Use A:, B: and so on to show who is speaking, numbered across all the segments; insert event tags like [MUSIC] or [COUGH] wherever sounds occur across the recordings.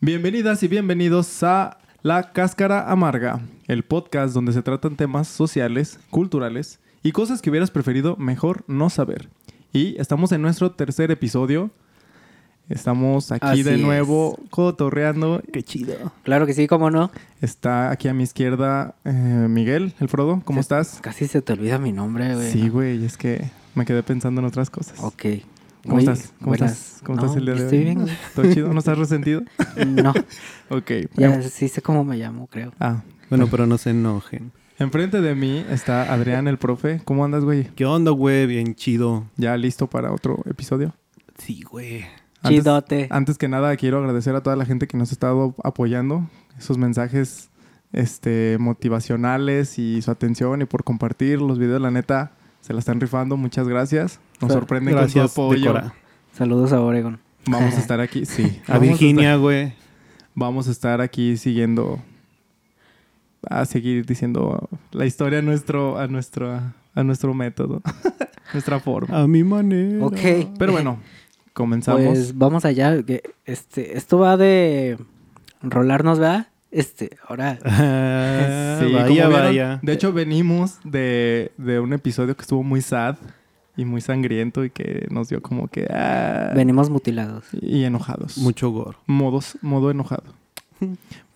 A: Bienvenidas y bienvenidos a La Cáscara Amarga, el podcast donde se tratan temas sociales, culturales y cosas que hubieras preferido mejor no saber. Y estamos en nuestro tercer episodio. Estamos aquí
B: Así
A: de
B: es.
A: nuevo cotorreando.
B: Qué chido. Claro que sí, cómo no.
A: Está aquí a mi izquierda eh, Miguel, el Frodo. ¿Cómo
B: Se-
A: estás?
B: Casi se te olvida mi nombre, güey.
A: Sí, güey, es que me quedé pensando en otras cosas.
B: Ok.
A: ¿Cómo
B: Güey,
A: estás? ¿Cómo
B: buenas.
A: estás? ¿Cómo estás
B: No,
A: el día de
B: estoy
A: hoy?
B: bien,
A: ¿Todo chido? ¿No estás
B: [LAUGHS]
A: resentido? [LAUGHS]
B: güey. No,
A: Ok.
B: ya sí sé cómo me llamo, creo.
A: Ah,
C: Bueno, pero no se enojen.
A: Enfrente de mí está Adrián, el profe. ¿Cómo andas, güey?
C: ¿Qué onda, güey? Bien chido.
A: ¿Ya listo para otro episodio?
C: Sí, güey.
A: Antes-
B: Chidote.
A: Antes que nada, quiero agradecer a toda la gente que nos ha estado apoyando. Esos mensajes este, motivacionales y su atención y por compartir los videos. La neta, se la están rifando. Muchas gracias. Nos
B: Sa-
A: sorprenden con
C: Gracias,
A: su apoyo.
C: Decora.
B: Saludos a Oregon.
A: Vamos a estar aquí, sí.
C: [LAUGHS] A
A: Vamos
C: Virginia, güey.
A: estar- vamos a estar aquí siguiendo... A seguir diciendo la historia a nuestro, a nuestro, a nuestro método. [LAUGHS] nuestra forma.
C: A mi manera. [LAUGHS]
B: Ok.
A: Pero bueno, [LAUGHS] comenzamos.
B: Pues vamos allá. que, Este, esto va de rolarnos, ¿verdad? Este, ahora.
C: Ah,
B: eh,
A: Sí, como
C: vaya,
A: vieron,
C: vaya.
A: De hecho, venimos de, de un episodio que estuvo muy sad y muy sangriento y que nos dio como que... ah,
B: Venimos mutilados.
A: y enojados.
C: Mucho gore.
A: Modos, modo
B: [LAUGHS]
A: enojado.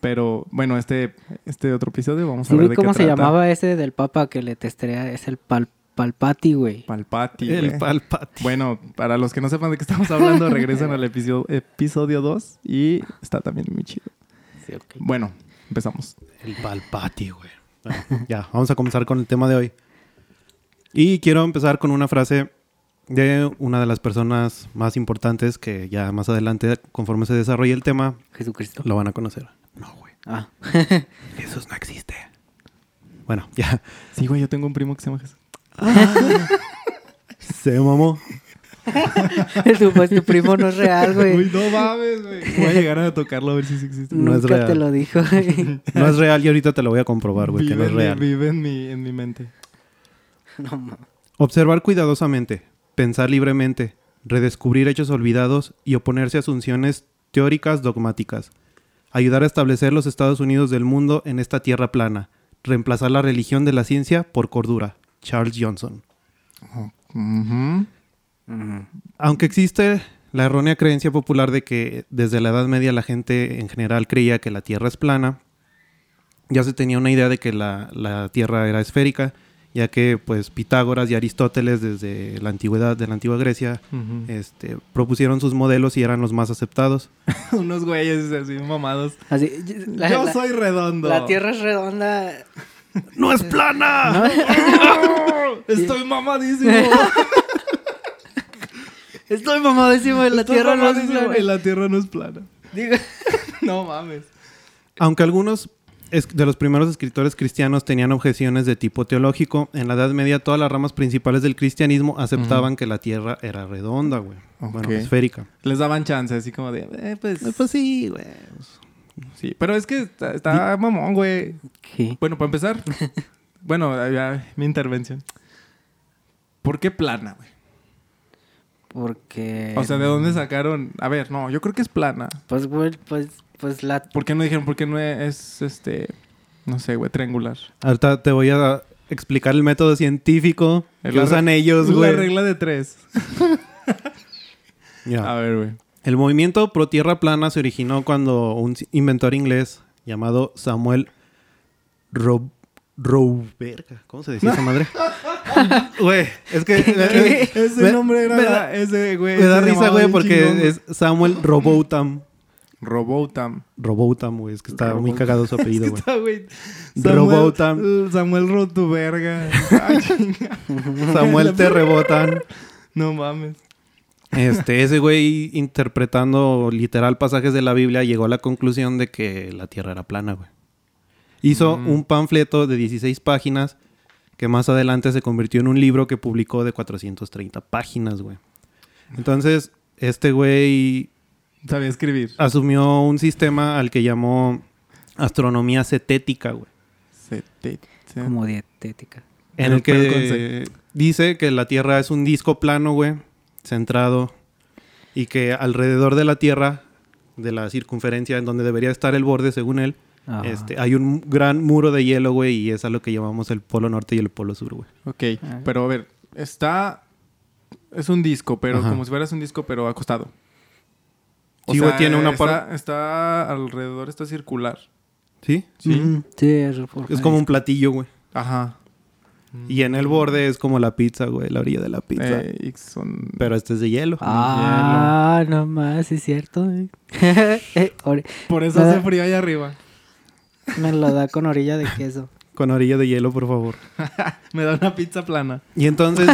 A: Pero bueno, este, este otro episodio vamos a
B: Sí,
A: ver
B: güey,
A: de
B: ¿Cómo
A: qué
B: se
A: trata.
B: llamaba ese del papa que le testerea? Es el pal palpati, güey.
A: Palpati.
C: El
A: güey.
C: palpati.
A: bueno, para los que no sepan de qué estamos
B: [LAUGHS]
A: hablando, regresan al episodio, episodio 2 y está también muy chido.
B: Sí, ok.
A: Bueno, empezamos.
C: El palpati, güey. Bueno, ya, vamos a comenzar con el tema de hoy. Y quiero empezar con una frase de una de las personas más importantes que ya más adelante, conforme se desarrolle el tema,
B: Jesucristo.
C: lo van a conocer. No, güey.
B: Ah. [LAUGHS]
C: Jesús no existe. Bueno, ya. [LAUGHS]
A: Sí, güey, yo tengo un primo que se llama Jesús.
C: Se mamó.
B: tu, pues, tu primo no es
A: [LAUGHS]
B: real,
A: Uy,
B: güey.
A: no mames, güey. Voy a llegar a tocarlo a ver si sí existe.
C: no es
B: Nunca te
C: real.
B: lo dijo,
A: [LAUGHS]
B: güey.
C: No es real y ahorita te lo voy a comprobar, güey, que no es
A: Vive en-
C: real.
A: Vive en mi, en mi mente.
B: No mames.
C: Observar cuidadosamente, pensar libremente, redescubrir hechos olvidados y oponerse a asunciones teóricas dogmáticas. Ayudar a establecer los Estados Unidos del mundo en esta tierra plana. Reemplazar la religión de la ciencia por cordura. Charles Johnson. Aunque existe la errónea creencia popular de que desde la Edad Media la gente en general creía que la Tierra es plana, ya se tenía una idea de que la, la Tierra era esférica, ya que pues Pitágoras y Aristóteles desde la antigüedad de la antigua Grecia este, propusieron sus modelos y eran los más aceptados.
A: [LAUGHS] Unos güeyes así mamados.
B: Así, la,
A: Yo
B: la-
A: soy redondo.
B: la
A: [LAUGHS]
B: tierra es redonda.
C: ¡No es plana!
A: [LAUGHS] Estoy mamadísimo.
B: Estoy mamadísimo en la
A: Estoy
B: tierra. No es
A: mamadísimo.
B: plana.
A: Y la tierra no es plana. [LAUGHS]
B: Digo,
A: No mames.
C: Aunque algunos es- de los primeros escritores cristianos tenían objeciones de tipo teológico, en la Edad Media todas las ramas principales del cristianismo aceptaban que la Tierra era redonda, güey. Bueno,
A: Ok.
C: esférica.
A: Les daban chance, así como de, eh, pues,
C: sí, güey.
A: sí. Pero es que está, está mamón, güey.
B: ¿Qué?
A: Bueno, para
B: [LAUGHS]
A: empezar, bueno, ya, mi intervención. ¿Por qué plana, güey?
B: Porque.
A: O sea, ¿de dónde sacaron? A ver, no, yo creo que es plana.
B: Pues, güey, pues, pues la.
A: ¿Por qué no dijeron? ¿Por qué no es, este, no sé, güey, triangular?
C: Ahorita te voy a explicar el método científico
A: El
C: que
A: arre-
C: usan ellos,
A: La
C: güey.
A: regla de tres.
C: Mira,
A: A ver, güey.
C: el movimiento pro tierra plana se originó cuando un ci- inventor inglés llamado Samuel Rob... Roberga. ¿Cómo se decía
A: [LAUGHS]
C: esa madre? Güey, es que... eh,
A: Ese
C: Me-
A: nombre era...
C: me da-
A: ese, güey.
C: Me da
A: se
C: risa,
A: llamaba
C: güey,
A: bien
C: porque
A: chingón, güey.
C: es Samuel Robotham. [LAUGHS]
A: Robotam.
C: Robotham, güey, es que está muy
B: Robotham.
C: cagado su apellido,
A: [LAUGHS]
C: güey.
A: Está, güey.
C: Robotam.
A: Samuel
C: [LAUGHS]
A: Rotuberga. Ay, chinga.
C: Samuel te rebotan.
A: no mames.
C: Este, ese güey interpretando literal pasajes de la Biblia llegó a la conclusión de que la Tierra era plana, güey. Hizo
A: Mm.
C: un panfleto de 16 páginas que más adelante se convirtió en un libro que publicó de 430 páginas, güey. Entonces, este güey
A: Sabía escribir.
C: asumió un sistema al que llamó astronomía cetética, güey.
A: Se te- se-
B: Como dietética.
C: En
A: Pero-
C: el
A: pero con C.
C: que dice que la Tierra es un disco plano, güey, centrado, y que alrededor de la Tierra de la circunferencia en donde debería estar el borde, según él,
B: Ajá.
C: este, hay un gran muro de hielo, güey, y es a lo que llamamos el polo norte y el polo sur, güey.
A: Ok,
B: Ah.
A: pero a ver, está... Es un disco, pero
C: Ajá.
A: como si fueras un disco, pero acostado.
C: Sí, güey, tiene una
A: está,
C: par-
A: está alrededor, está circular.
C: ¿Sí?
A: Sí.
B: Ujú, Mm, sí, es,
C: Es como un platillo, güey.
A: Ajá.
C: Y en el borde es como la pizza, güey, la orilla de la pizza.
A: Eh, y son-
C: Pero este es de hielo.
B: Ah, no más, sí es cierto. güey. [LAUGHS] Eh, ori-
A: Por eso hace frío ahí arriba.
B: Me lo da con orilla de queso.
C: Con orilla de hielo, por favor.
A: Me da una pizza plana.
C: Y entonces,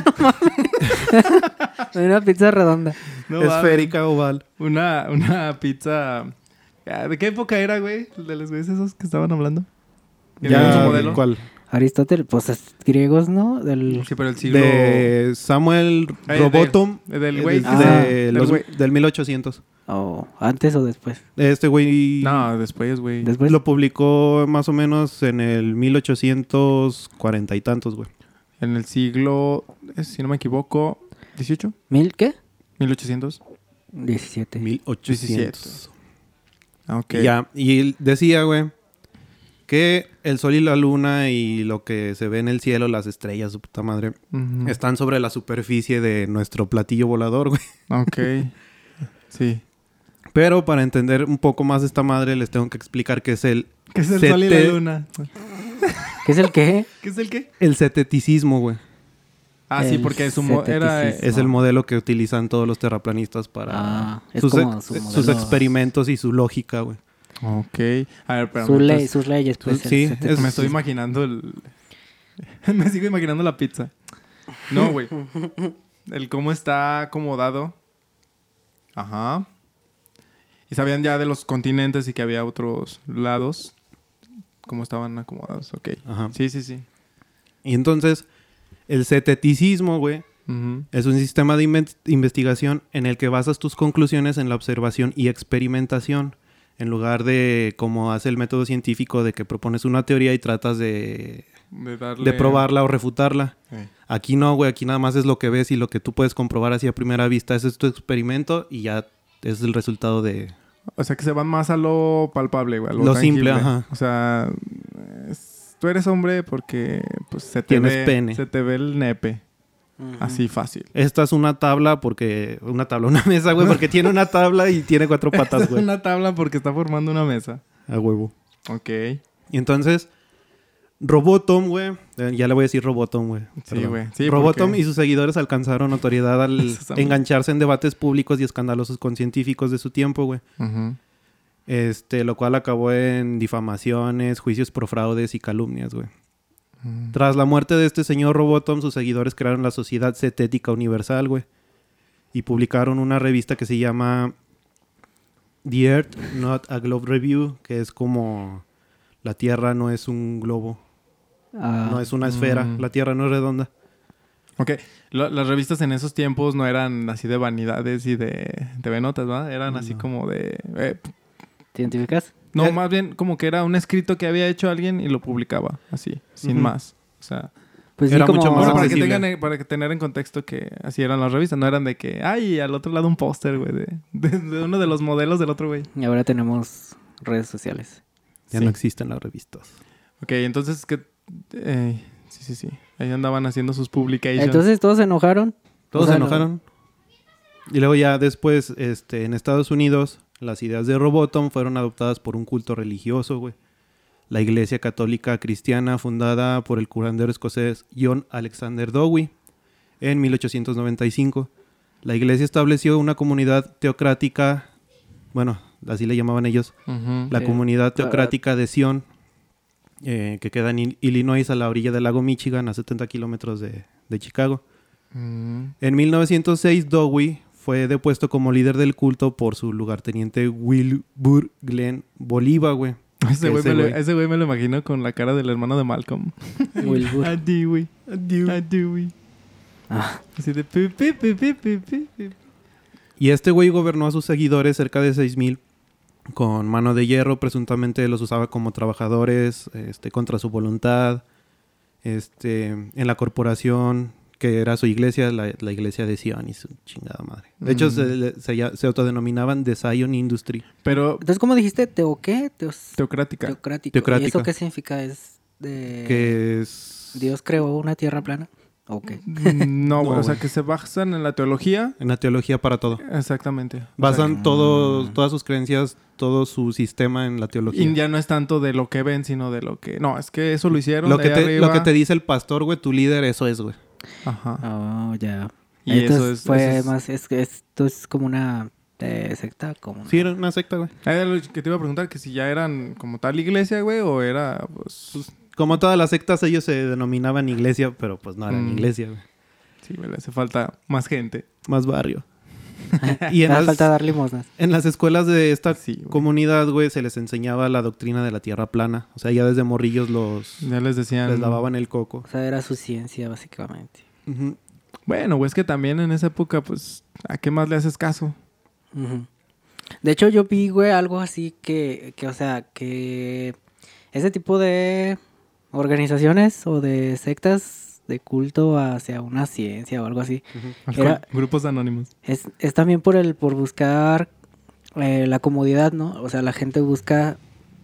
B: Una pizza redonda.
A: No va.
C: esférica, oval.
A: Una, una pizza. Ah, ¿De qué época era, güey? ¿El ¿De los güeyes esos que estaban hablando? ¿Que tenían su modelo?
C: ¿Cuál?
B: Aristóteles, pues es griegos, ¿no? Del
A: Sí, pero el siglo.
C: De Samuel
A: Eh,
C: Robotom.
A: de- del
C: eh,
A: güey.
C: de-
B: Ah,
C: de
A: del
C: los-
A: güey.
C: del 1800.
B: o antes o después.
C: Este güey
A: Ah, No, después, güey.
B: Después.
C: lo publicó más o menos en el 1840 y tantos, güey.
A: En el siglo. eh, Si no me equivoco, ¿18?
B: ¿Mil qué?
A: ¿1800?
B: 17.
C: 1800.
A: Ah, ok.
C: Y Ya, y él decía, güey, que el sol y la luna y lo que se ve en el cielo, las estrellas, su puta madre,
A: Ujú.
C: están sobre la superficie de nuestro platillo volador, güey.
A: Ok. [LAUGHS] sí.
C: Pero para entender un poco más esta madre, les tengo que explicar que es el,
A: ¿Qué es el
C: Se
A: sol y
C: te-
A: la luna?
B: ¿Qué es el qué?
A: ¿Qué es el qué?
C: el seteticismo, güey.
A: Ah, sí,
B: El
A: porque es un mo- era. eh,
B: seteticismo.
C: Es el modelo que utilizan todos los terraplanistas para
B: Ah, es
C: sus,
B: como
C: ex-
B: su
C: sus
B: modelo.
C: experimentos y su lógica, güey.
A: Ok. A ver, pero.
B: Su ley, sus leyes, pues.
C: Sí,
B: el
C: es-
A: Me estoy imaginando el. [LAUGHS] me sigo imaginando la pizza. No, güey. El cómo está acomodado. Ajá. Y sabían ya de los continentes y que había otros lados. Cómo estaban acomodados, ok.
C: Ajá.
A: Sí, sí, sí.
C: Y entonces, el seteticismo, güey,
A: Ujú.
C: es un sistema de inven- investigación en el que basas tus conclusiones en la observación y experimentación. En lugar de como hace el método científico de que propones una teoría y tratas de,
A: De darle.
C: de probarla o refutarla.
A: Eh.
C: Aquí no, güey, aquí nada más es lo que ves y lo que tú puedes comprobar así a primera vista. Ese es tu experimento y ya es el resultado de...
A: O sea que se van más a lo palpable, güey. a Lo,
C: Lo
A: tangible.
C: simple, ajá.
A: O sea, es- tú eres hombre porque pues, se te
C: Tienes
A: ve,
C: pene.
A: Se te ve el nepe. Así fácil.
C: Esta es una tabla porque... Una tabla, una mesa, güey, porque tiene una tabla y tiene cuatro
A: [LAUGHS]
C: patas,
A: Es
C: güey.
A: una tabla porque está formando una mesa.
C: A huevo.
A: Ok.
C: Y entonces, Robotom, güey. eh, Ya le voy a decir Robotom, güey.
A: Sí,
C: Perdón.
A: güey. Sí,
C: Robotom
A: porque-
C: y sus seguidores alcanzaron notoriedad
A: [LAUGHS]
C: al
A: Esa madre.
C: engancharse en debates públicos y escandalosos con científicos de su tiempo, güey. Este, lo cual acabó en difamaciones, juicios por fraudes y calumnias, güey. Tras la muerte de este señor Robotom, sus seguidores crearon la Sociedad Cetética Universal, güey. Y publicaron una revista que se llama The Earth Not a Globe Review, que es como la Tierra no es un globo,
B: Ah,
C: no es una esfera,
A: Mm.
C: la Tierra no es redonda.
A: Ok. Lo- las revistas en esos tiempos no eran así de vanidades y de, de venotas, ¿verdad? Eran así
C: No.
A: como de... eh,
B: ¿Científicas?
A: no,
C: Eh.
A: más bien como que era un escrito que había hecho alguien y lo publicaba así, sin
C: Ujú.
A: más. O sea,
B: Pues
C: Era
B: sí, como...
C: mucho más
A: bueno, para, que
C: accesible.
A: tengan, eh, para que tener en contexto que así eran las revistas, no eran de que, ay, al otro lado un póster, güey, de, de- de uno de los modelos del otro güey.
B: Y ahora tenemos redes sociales.
C: Ya
A: Sí.
C: no existen las revistas.
A: Ok, entonces que... eh, sí, sí, sí. Ahí andaban haciendo sus publications.
B: Entonces todos
C: [LAUGHS]
B: se enojaron.
C: Todos
B: O sea,
C: se
B: lo-
C: enojaron. Y luego ya después, este, en Estados Unidos, las ideas de Robotom fueron adoptadas por un culto religioso, güey. La Iglesia Católica Cristiana, fundada por el curandero escocés John Alexander Dowie en 1895. La iglesia estableció una comunidad teocrática, bueno, así le llamaban ellos,
A: Ujú.
C: la
B: Sí.
C: comunidad
B: Ah,
C: teocrática de Sion, eh, que queda en Il- Illinois, a la orilla del lago Michigan, a 70 kilómetros de- de Chicago.
A: Mm.
C: En 1906, Dowie fue depuesto como líder del culto por su lugarteniente Wilbur Glenn Bolívar, güey.
A: Ese güey
C: Ese
A: me, lo-
C: güey.
A: ese güey me lo imagino con la cara del hermano de Malcolm.
B: Wilbur.
A: A Dewey. A Dewey.
B: Ah,
A: Así de pi, pi, pi, pi, pi, pi, pi.
C: Y este güey gobernó a sus seguidores cerca de 6.000 con mano de hierro. Presuntamente los usaba como trabajadores este, contra su voluntad. Este, en la corporación que era su iglesia, la, la iglesia de Sion y su chingada madre. De hecho,
A: Mm.
C: se, le- se ya- se autodenominaban The Zion Industry.
A: Pero
B: Entonces, ¿cómo dijiste? ¿Teo qué? Teos-
A: teocrática.
B: Teocrático.
C: Teocrática.
B: ¿Y eso qué significa? ¿Es de
C: que es...
B: Dios creó una tierra plana? Ok.
A: Mm, No,
C: No,
A: güey, o sea,
C: güey.
A: que se basan en la teología.
C: En la teología para todo.
A: Exactamente. O
C: Basan
B: que-
C: todo- todas sus creencias, todo su sistema en la
A: sea,
C: teología.
A: y ya no es tanto de lo que ven, sino de lo que... No, es que eso lo hicieron
C: Lo
A: de
C: que,
A: ahí
C: te, lo
A: arriba.
C: que te Ah. dice el pastor, güey, tu líder, eso es, güey.
A: Ajá.
B: Oh, ya.
A: Y
B: Entonces,
A: eso es...
B: fue
A: eso es-
B: más... Es, esto es como una eh, secta, como...
C: Sí, era una secta, güey.
A: Ah, Era lo que te iba a preguntar, que si ya eran como tal iglesia, güey, o era... Pues,
C: Como todas las sectas, ellos se denominaban iglesia, pero pues no eran
A: Mm.
C: iglesia, güey.
A: sí, güey, le hace falta más gente.
C: Más
A: [LAUGHS]
C: barrio.
B: y
C: y en
B: Hace
C: las,
B: falta dar limosnas.
C: en las escuelas de esta
A: Sí, güey.
C: comunidad, güey, se les enseñaba la doctrina de la tierra plana. O sea, ya desde morrillos los...
A: Ya les decían...
C: Les lavaban el coco.
B: O sea, era su ciencia, básicamente.
C: Ujú.
A: Bueno, güey, es que también en esa época, pues, ¿a qué más le haces caso?
B: Ujú. De hecho, yo vi, güey, algo así que, que, o sea, que ese tipo de organizaciones o de sectas de culto hacia una ciencia o algo así, Era-
A: Grupos anónimos.
B: es, es también por el, por buscar eh, la comodidad, ¿no? O sea, la gente busca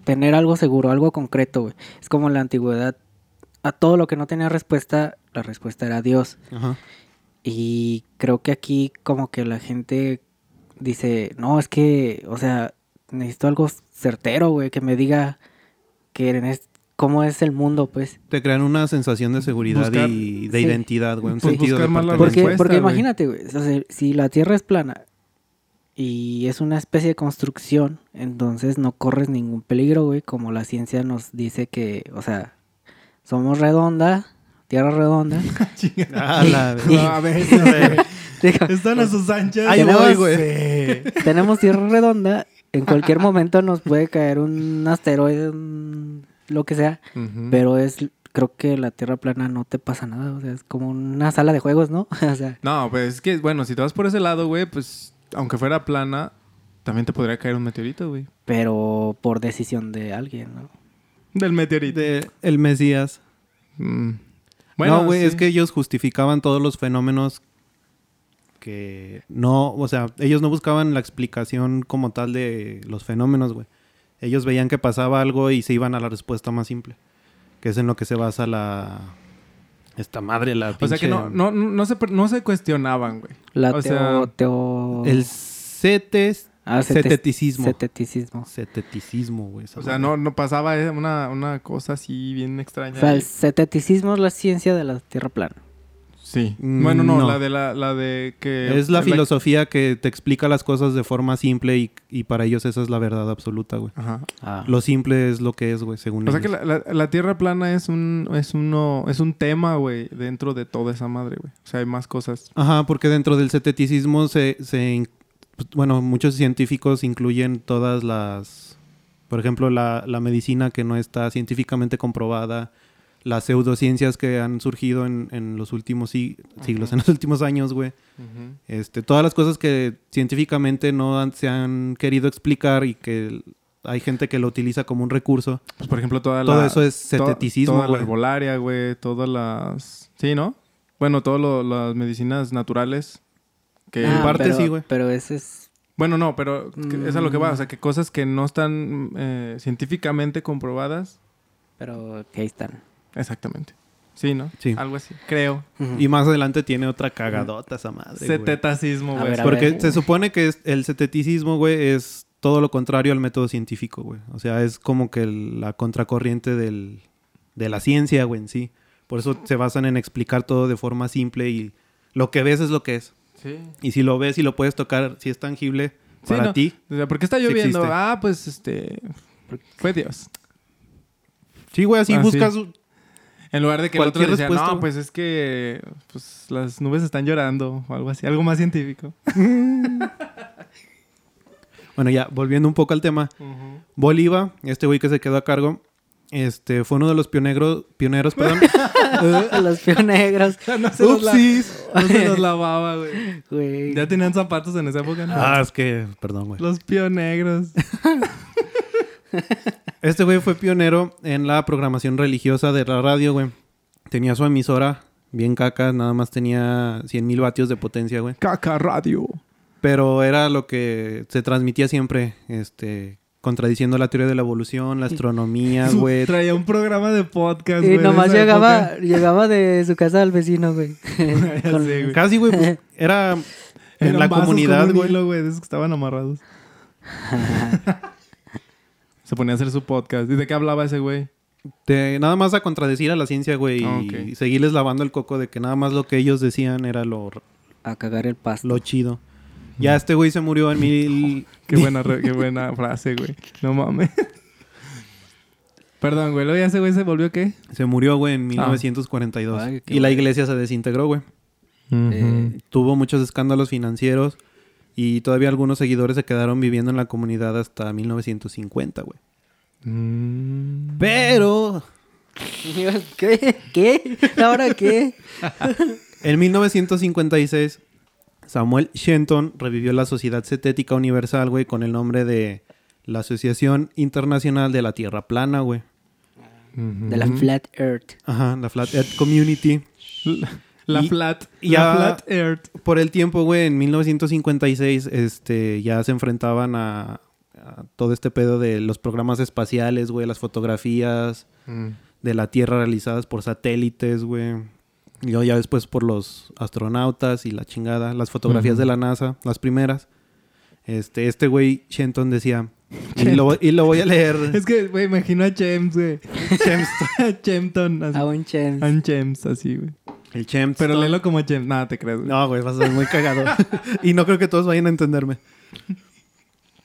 B: tener algo seguro, algo concreto, güey. Es como en la antigüedad, a todo lo que no tenía respuesta, la respuesta era Dios.
C: Ajá.
B: Y creo que aquí como que la gente dice, no, es que, o sea, necesito algo certero, güey, que me diga que en es- cómo es el mundo, pues.
C: Te crean una sensación de seguridad
A: Buscar-
C: y de
B: Sí.
C: identidad, güey. Un
A: Pues
C: sentido de
A: buscar más la
C: pertenencia.
B: Porque,
A: respuesta,
B: porque
A: güey.
B: imagínate, güey, o sea, si la Tierra es plana y es una especie de construcción, entonces no corres ningún peligro, güey, como la ciencia nos dice que, o sea, somos redonda, Tierra redonda.
C: [LAUGHS] [LAUGHS]
A: [LAUGHS]
C: Ah, la
A: No, a veces, güey.
B: Digo,
A: Están a sus anchas.
B: Ahí voy,
A: No
C: güey.
A: sé.
B: tenemos tierra redonda, en cualquier momento nos puede caer un asteroide, un- lo que sea, pero es, creo que la tierra plana no te pasa nada, o sea, es como una sala de juegos, ¿no? [LAUGHS] o sea,
A: No, pues es que, bueno, si te vas por ese lado, güey, pues, aunque fuera plana, también te podría caer un meteorito, güey.
B: pero por decisión de alguien, ¿no?
A: Del meteorito.
C: de el Mesías.
A: Mm.
C: no, güey,
A: sí.
C: es que ellos justificaban todos los fenómenos que no, o sea, ellos no buscaban la explicación como tal de los fenómenos, güey. Ellos veían que pasaba algo y se iban a la respuesta más simple, que es en lo que se basa la esta madre la
A: O sea
C: pinche-
A: que no, no, no, no se, pre- no se cuestionaban, güey.
B: La
A: O
B: teo,
A: sea,
B: teo-
C: el cetes
B: ah, cetes-
C: ceteticismo.
B: ceteticismo.
C: ceteticismo, güey. esa
A: O sea, no,
C: madre.
A: no pasaba eh, una, una cosa así bien extraña.
B: O sea, el ceteticismo es la ciencia de la tierra plana.
A: Sí.
C: Mm,
A: Bueno, no,
C: no.
A: la de la, eh, la de que...
C: Es la
A: filosofía.
C: filosofía que te explica las cosas de forma simple y, y para ellos esa es la verdad absoluta, güey.
A: Ajá.
C: Ah.
B: Ah.
C: Lo simple es lo que es, güey, según
A: O sea que
C: ellos.
A: la, la- la tierra plana es un es uno es un tema, güey, dentro de toda esa madre, güey. O sea, hay más cosas.
C: Ajá, porque dentro del ceteticismo se, se in- pues, bueno, muchos científicos incluyen todas las, por ejemplo, la, la medicina que no está científicamente comprobada, las pseudociencias que han surgido en, en los últimos sig- siglos, en los últimos años, güey. Este, todas las cosas que científicamente no han- se han querido explicar y que hay gente que lo utiliza como un recurso.
A: Pues por ejemplo, toda la
C: Todo eso es
A: to-
C: ceteticismo,
A: toda la
C: güey.
A: herbolaria, güey, todas las Sí, ¿no? Bueno, todas las medicinas naturales que
C: Ah, en parte
B: pero-
C: sí, güey.
B: Pero eso es...
A: Bueno, no, pero que- es a lo que va, o
B: Mm.
A: sea, que cosas que no están eh, científicamente comprobadas.
B: Pero que ahí están.
A: Exactamente. Sí, ¿no?
C: Sí.
A: Algo así, creo.
B: Ujú.
C: Y más adelante tiene otra cagadota esa madre, güey.
A: Cetetacismo,
B: A
A: güey.
B: ver, a
C: Porque
B: ver.
C: se supone que es- el ceteticismo, güey, es todo lo contrario al método científico, güey. O sea, es como que el- la contracorriente del, de la ciencia, güey, en sí. Por eso se basan en explicar todo de forma simple y lo que ves es lo que es.
A: Sí.
C: Y si lo ves y lo puedes tocar, si es tangible
A: Sí,
C: para
A: no.
C: ti.
A: O sea, ¿por qué está
C: Sí
A: lloviendo?
C: existe.
A: ah, pues este fue Dios.
C: Sí, güey, así
A: Ah, sí.
C: buscas...
A: En lugar de que el otro
C: Cualquier
A: decía,
C: respuesta,
A: no,
C: güey".
A: pues es que pues, las nubes están llorando o algo así, algo más científico. [LAUGHS]
C: Bueno, ya, volviendo un poco al tema. Bolívar, este güey que se quedó a cargo, este, fue uno de los pioneros,
A: [LAUGHS]
C: pioneros, perdón.
B: [LAUGHS] Los pionegros.
A: no, se los la-
C: Upsis.
A: no se [LAUGHS] los lavaba, güey.
B: Güey.
A: Ya tenían zapatos en esa época, ¿no?
C: Ah, es que, perdón, güey.
A: Los pionegros.
C: Este güey fue pionero en la programación religiosa de la radio, güey. Tenía su emisora bien caca, nada más tenía 100.000 vatios de potencia, güey.
A: Caca radio.
C: Pero era lo que se transmitía siempre, este, contradiciendo la teoría de la evolución, la
A: [LAUGHS]
C: astronomía, güey.
A: Traía un programa de podcast,
B: Y
A: güey. de
B: nomás
A: esa
B: llegaba,
A: época. [LAUGHS]
B: llegaba de su casa al vecino, güey.
A: Ya
B: [LAUGHS] Con-
A: sé, güey.
C: Casi, güey, pues, era en
A: Eran vasos
C: la
A: con
C: comunidad,
A: un
C: güey.
A: hilo, güey, de esos que estaban amarrados. Se ponía a hacer su podcast. ¿Y de qué hablaba ese güey?
C: de- nada más a contradecir a la ciencia, güey,
A: Ah,
C: y
A: ok.
C: seguirles lavando el coco de que nada más lo que ellos decían era lo,
B: A cagar el pasto.
C: lo chido. Ya este güey se murió en mil...
A: Qué buena, re- qué
C: [LAUGHS]
A: buena frase, güey. No mames. Perdón, güey. Luego ya ese güey se volvió qué?
C: Se murió, güey, en 1942.
B: Ay, qué
C: y la
B: bueno.
C: iglesia se desintegró, güey.
B: Eh,
C: Tuvo muchos escándalos financieros y todavía algunos seguidores se quedaron viviendo en la comunidad hasta 1950, güey.
A: Mm.
C: Pero
B: ¿Qué? ¿Qué? ¿Ahora qué?
C: en 1956 Samuel Shenton revivió la Sociedad Cetética Universal, güey, con el nombre de la Asociación Internacional de la Tierra Plana, güey.
A: mm,
B: De la Flat Earth.
C: Ajá, la Flat Earth Community.
A: La
C: Y-
A: flat.
C: y
A: la
C: ya-
A: flat earth.
C: Por el tiempo, güey, en 1956, este, ya se enfrentaban a, a todo este pedo de los programas espaciales, güey, las fotografías de la Tierra realizadas por satélites, güey. Y luego ya después por los astronautas y la chingada, las fotografías
A: Ujú.
C: de la NASA, las primeras. Este, este güey, Shenton, decía, y lo, y lo voy a leer,
A: [LAUGHS] Es que, güey, imagino a James, [LAUGHS] güey. Chemston. Chemton. Así.
C: Ah,
B: A un chance.
A: A un James, así, güey.
C: el Chemston.
A: Pero léelo como James. Nada, te creas, güey.
C: No, güey, vas a ser muy cagado. [LAUGHS] y no creo que todos vayan a entenderme.